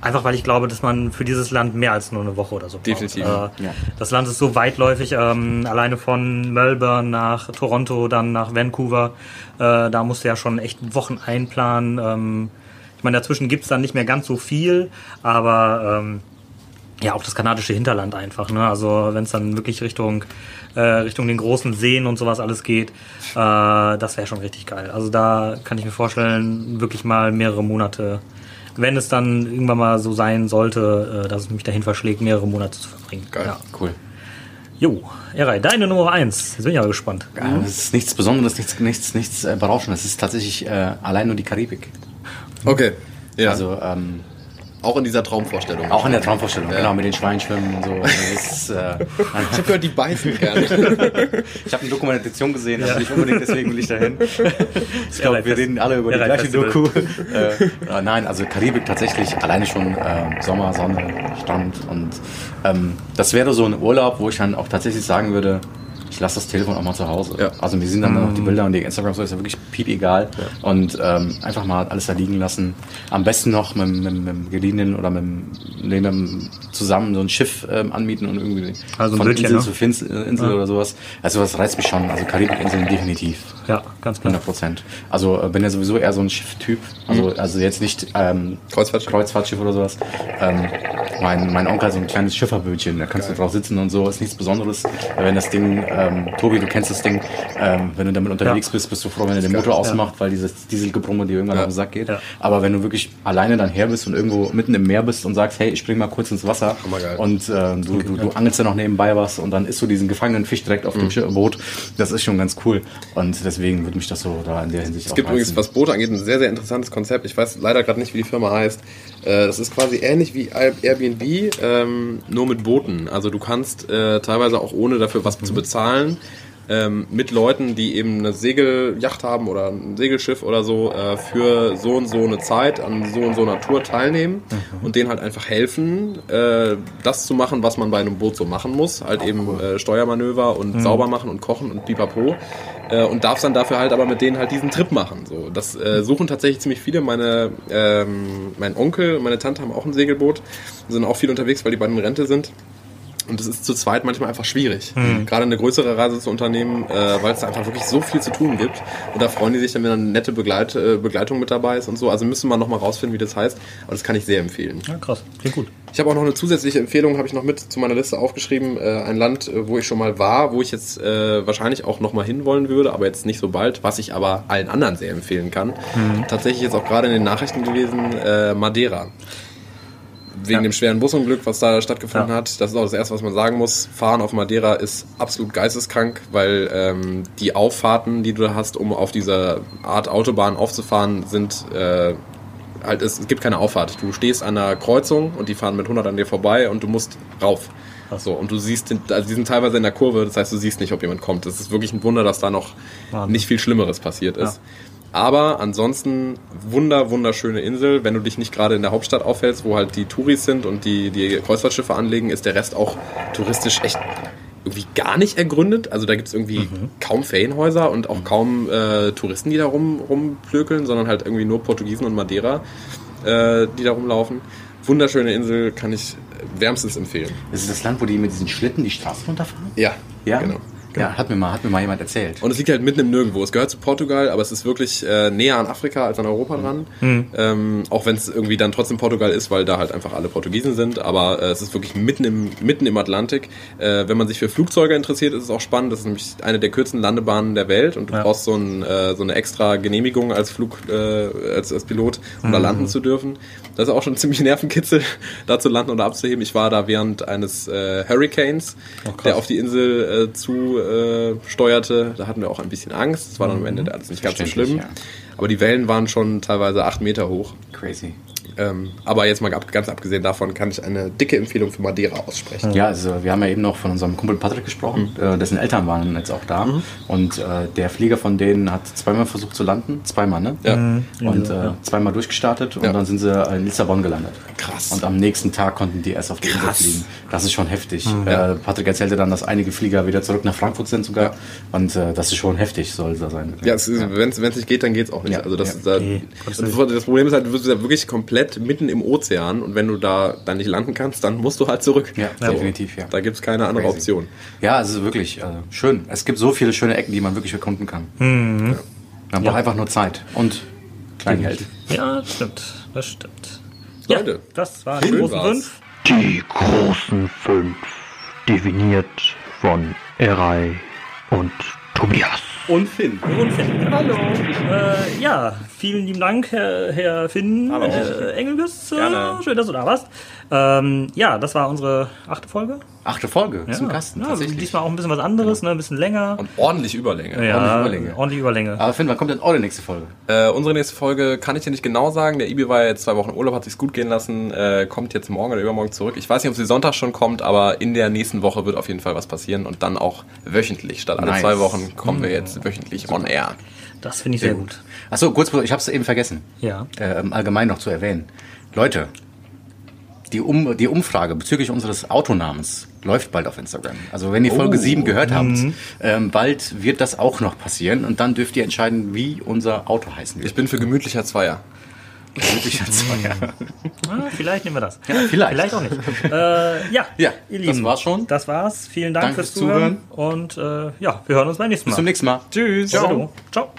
Speaker 1: Einfach weil ich glaube, dass man für dieses Land mehr als nur eine Woche oder so braucht.
Speaker 3: Definitiv,
Speaker 1: Äh,
Speaker 2: ja.
Speaker 1: Das Land ist so weitläufig, ähm, alleine von Melbourne nach Toronto, dann nach Vancouver. Äh, da musst du ja schon echt Wochen einplanen. Ähm, ich meine, dazwischen gibt's dann nicht mehr ganz so viel, aber ähm, ja, auch das kanadische Hinterland einfach. Ne? Also wenn es dann wirklich Richtung, äh, Richtung den großen Seen und sowas alles geht, äh, das wäre schon richtig geil. Also da kann ich mir vorstellen, wirklich mal mehrere Monate, wenn es dann irgendwann mal so sein sollte, äh, dass es mich dahin verschlägt, mehrere Monate zu verbringen.
Speaker 3: Geil.
Speaker 1: Ja.
Speaker 2: Cool.
Speaker 1: Jo, Eray, deine Nummer eins. Jetzt bin ich aber gespannt.
Speaker 2: Ja, das ist nichts Besonderes, nichts, nichts, nichts äh, Berauschendes. Es ist tatsächlich äh, allein nur die Karibik.
Speaker 3: Okay. Ja, also,
Speaker 2: Also ähm,
Speaker 3: auch in dieser Traumvorstellung.
Speaker 2: auch in der Traumvorstellung, genau, mit den Schweinen schwimmen und so.
Speaker 3: <laughs>
Speaker 2: Das ist, äh,
Speaker 3: Ich hab gehört, die beißen gerne.
Speaker 2: Ich habe eine Dokumentation gesehen, also nicht unbedingt deswegen will ich
Speaker 1: <laughs>
Speaker 2: dahin. Ich glaube, wir
Speaker 1: Fest-
Speaker 2: reden alle über die
Speaker 1: Airline
Speaker 2: gleiche Doku. <laughs> Äh, äh, nein, also Karibik tatsächlich alleine schon äh, Sommer, Sonne, Strand und ähm, das wäre so ein Urlaub, wo ich dann auch tatsächlich sagen würde, ich lasse das Telefon auch mal zu Hause.
Speaker 3: Ja.
Speaker 2: Also mir sind dann auch
Speaker 1: Mhm.
Speaker 2: die Bilder und die Instagram so ist ja wirklich piep egal und ähm, einfach mal alles da liegen lassen. Am besten noch mit, mit, mit dem geliehenen oder mit, dem- nee, mit dem zusammen so ein Schiff ähm, anmieten und irgendwie
Speaker 1: Also ein
Speaker 2: von
Speaker 1: Bötchen,
Speaker 2: Insel
Speaker 1: ne?
Speaker 2: zu Insel, äh, Insel oder sowas. Also sowas reizt mich schon. Also Karibikinseln definitiv.
Speaker 1: Ja, ganz klar.
Speaker 2: 100 Prozent. Also äh, bin ja sowieso eher so ein Schifftyp. Also, also jetzt nicht ähm,
Speaker 3: Kreuzfahrtschiff.
Speaker 2: Kreuzfahrtschiff oder sowas. Ähm, mein, mein Onkel hat so ein kleines Schifferbötchen. Da kannst du drauf sitzen und so. Ist nichts Besonderes. Äh, Wenn das Ding, ähm, Tobi, du kennst das Ding. Ähm, wenn du damit unterwegs
Speaker 1: Ja.
Speaker 2: bist, bist du froh, wenn er den Motor ausmacht, weil dieses Dieselgebrumme dir irgendwann
Speaker 3: Ja.
Speaker 2: auf den Sack geht.
Speaker 1: Ja.
Speaker 2: Aber wenn du wirklich alleine dann her bist und irgendwo mitten im Meer bist und sagst, hey, ich spring mal kurz ins Wasser
Speaker 3: Hammergeil.
Speaker 2: und und ähm, du, du, du angelst ja noch nebenbei was und dann isst du diesen gefangenen Fisch direkt auf
Speaker 3: Mhm.
Speaker 2: dem Schi- Boot. Das ist schon ganz cool. Und deswegen würde mich das so da in der Hinsicht
Speaker 3: Es gibt übrigens, was Boote angeht, ein sehr, sehr interessantes Konzept. Ich weiß leider gerade nicht, wie die Firma heißt. Äh, Das ist quasi ähnlich wie Airbnb, ähm, nur mit Booten. Also du kannst äh, teilweise auch ohne dafür was zu bezahlen, ähm, mit Leuten, die eben eine Segeljacht haben oder ein Segelschiff oder so, äh, für so und so eine Zeit an so und so einer Tour teilnehmen und denen halt einfach helfen, äh, das zu machen, was man bei einem Boot so machen muss. Halt eben äh, Steuermanöver und sauber machen und kochen und pipapo. Äh, und darfst dann dafür halt aber mit denen halt diesen Trip machen. So, das äh, suchen tatsächlich ziemlich viele. Meine, ähm, mein Onkel und meine Tante haben auch ein Segelboot, sind auch viel unterwegs, weil die beiden in Rente sind. Und es ist zu zweit manchmal einfach schwierig, gerade eine größere Reise zu unternehmen, äh, weil es da einfach wirklich so viel zu tun gibt. Und da freuen die sich dann, wenn eine nette Begleit, äh, Begleitung mit dabei ist und so. Also müssen wir nochmal rausfinden, wie das heißt. Aber das kann ich sehr empfehlen.
Speaker 1: Ja, krass. Klingt gut.
Speaker 3: Ich habe auch noch eine zusätzliche Empfehlung, habe ich noch mit zu meiner Liste aufgeschrieben. Äh, ein Land, äh, wo ich schon mal war, wo ich jetzt äh, wahrscheinlich auch noch mal hinwollen würde, aber jetzt nicht so bald, was ich aber allen anderen sehr empfehlen kann. Tatsächlich jetzt auch gerade in den Nachrichten gewesen, äh, Madeira. wegen dem schweren Busunglück, was da stattgefunden hat. Das ist auch das Erste, was man sagen muss. Fahren auf Madeira ist absolut geisteskrank, weil ähm, die Auffahrten, die du da hast, um auf dieser Art Autobahn aufzufahren, sind äh, halt, es, es gibt keine Auffahrt. Du stehst an einer Kreuzung und die fahren mit 100 an dir vorbei und du musst rauf. So, und du siehst, den- also die sind teilweise in der Kurve, das heißt, du siehst nicht, ob jemand kommt. Es ist wirklich ein Wunder, dass da noch
Speaker 1: Wahnsinn.
Speaker 3: nicht viel Schlimmeres passiert ist.
Speaker 1: Ja.
Speaker 3: Aber ansonsten wunder, wunderschöne Insel. Wenn du dich nicht gerade in der Hauptstadt aufhältst, wo halt die Touris sind und die, die Kreuzfahrtschiffe anlegen, ist der Rest auch touristisch echt irgendwie gar nicht ergründet. Also da gibt es irgendwie kaum Ferienhäuser und auch kaum äh, Touristen, die da rum, rumplökeln, sondern halt irgendwie nur Portugiesen und Madeira, äh, die da rumlaufen. Wunderschöne Insel, kann ich wärmstens empfehlen.
Speaker 2: Das ist das Land, wo die mit diesen Schlitten die Straße runterfahren?
Speaker 3: Ja,
Speaker 2: Ja,
Speaker 3: genau.
Speaker 2: ja hat, mir mal, hat mir mal jemand erzählt.
Speaker 3: Und es liegt halt mitten im Nirgendwo. Es gehört zu Portugal, aber es ist wirklich äh, näher an Afrika als an Europa dran. Ähm, auch wenn es irgendwie dann trotzdem Portugal ist, weil da halt einfach alle Portugiesen sind. Aber äh, es ist wirklich mitten im, mitten im Atlantik. Äh, wenn man sich für Flugzeuge interessiert, ist es auch spannend. Das ist nämlich eine der kürzesten Landebahnen der Welt und du brauchst so, ein, äh, so eine extra Genehmigung als Flug, äh, als, als Pilot, um da landen zu dürfen. Das ist auch schon <laughs> ziemlich Nervenkitzel, da zu landen oder abzuheben. Ich war da während eines äh, Hurricanes, der auf die Insel äh, zu äh, steuerte. Da hatten wir auch ein bisschen Angst. Das war dann am Ende alles nicht ganz so schlimm.
Speaker 2: Verständlich,
Speaker 3: Aber die Wellen waren schon teilweise acht Meter hoch.
Speaker 2: Crazy.
Speaker 3: Ähm, aber jetzt mal ab, ganz abgesehen davon kann ich eine dicke Empfehlung für Madeira aussprechen.
Speaker 2: Ja, also wir haben ja eben noch von unserem Kumpel Patrick gesprochen,
Speaker 3: Mhm.
Speaker 2: äh, dessen Eltern waren jetzt auch da. Und äh, der Flieger von denen hat zweimal versucht zu landen, zweimal, ne?
Speaker 3: Ja.
Speaker 2: Und äh, zweimal durchgestartet und dann sind sie in Lissabon gelandet.
Speaker 3: Krass.
Speaker 2: Und am nächsten Tag konnten die erst auf die Insel
Speaker 3: Krass.
Speaker 2: fliegen. Das ist schon heftig. Äh, Patrick erzählte dann, dass einige Flieger wieder zurück nach Frankfurt sind sogar. Und äh, das ist schon heftig, soll da sein.
Speaker 3: Ja, es ist, wenn es nicht geht, dann geht's auch nicht.
Speaker 2: Ja,
Speaker 3: Also
Speaker 2: ja.
Speaker 3: das, ist da,
Speaker 1: Nee, Gottes
Speaker 3: das, das Problem ist halt, du bist ja wirklich komplett mitten im Ozean und wenn du da dann nicht landen kannst, dann musst du halt zurück.
Speaker 2: Ja, definitiv, ja.
Speaker 3: Da gibt's keine andere
Speaker 2: Crazy.
Speaker 3: Option.
Speaker 2: Ja, also wirklich äh, schön. Es gibt so viele schöne Ecken, die man wirklich erkunden kann.
Speaker 1: Mhm.
Speaker 2: Ja. Man braucht einfach nur Zeit und Kleingeld.
Speaker 1: Ja, stimmt. Das stimmt.
Speaker 3: Leute,
Speaker 1: ja, das war die
Speaker 3: schön
Speaker 1: großen
Speaker 3: war's.
Speaker 1: fünf.
Speaker 4: Die großen fünf, definiert von Erei und Tobias.
Speaker 2: Und Finn.
Speaker 1: Und Finn. Hallo. Äh, ja, vielen lieben Dank, Herr, Herr Finn
Speaker 3: Hallo.
Speaker 1: äh, Engelges. Äh,
Speaker 3: Gerne.
Speaker 1: schön, dass du da warst. Ähm, ja, das war unsere achte Folge.
Speaker 2: Achte Folge
Speaker 1: Ja.
Speaker 2: zum Kasten,
Speaker 1: ja,
Speaker 2: tatsächlich.
Speaker 1: Diesmal auch ein bisschen was anderes, ne? ein bisschen länger.
Speaker 3: Und ordentlich Überlänge.
Speaker 1: ja,
Speaker 2: ordentlich Überlänge.
Speaker 1: ordentlich Überlänge.
Speaker 2: Aber Finn, wann kommt denn eure nächste Folge?
Speaker 3: Äh, unsere nächste Folge kann ich dir nicht genau sagen. Der Ibi war ja jetzt zwei Wochen Urlaub, hat sich's gut gehen lassen, äh, kommt jetzt morgen oder übermorgen zurück. Ich weiß nicht, ob sie Sonntag schon kommt, aber in der nächsten Woche wird auf jeden Fall was passieren und dann auch wöchentlich. Statt alle
Speaker 2: Nice.
Speaker 3: zwei Wochen kommen wir jetzt wöchentlich on air.
Speaker 1: Das finde ich Ah, sehr gut.
Speaker 2: Achso, kurz, ich habe es eben vergessen,
Speaker 1: Ja.
Speaker 2: äh, im allgemein noch zu erwähnen. Leute, die, um, die Umfrage bezüglich unseres Autonamens läuft bald auf Instagram. Also wenn ihr Folge
Speaker 1: Oh,
Speaker 2: 7 gehört
Speaker 1: mhm.
Speaker 2: habt, ähm, bald wird das auch noch passieren und dann dürft ihr entscheiden, wie unser Auto heißen
Speaker 3: Ich
Speaker 2: wird.
Speaker 3: bin für gemütlicher Zweier. <laughs>
Speaker 2: Ich
Speaker 1: Genau. Ah, vielleicht nehmen wir das.
Speaker 2: vielleicht.
Speaker 1: Vielleicht auch nicht. <laughs> Äh, ja,
Speaker 2: Ja, das
Speaker 1: ihr Lieben.
Speaker 2: war's schon.
Speaker 1: Das war's. Vielen Dank
Speaker 2: Danke
Speaker 1: fürs
Speaker 2: fürs Zuhören.
Speaker 1: Zuhören. Und äh, ja, wir hören uns beim nächsten Mal.
Speaker 2: Bis zum nächsten Mal. Tschüss.
Speaker 1: Ciao. Ciao.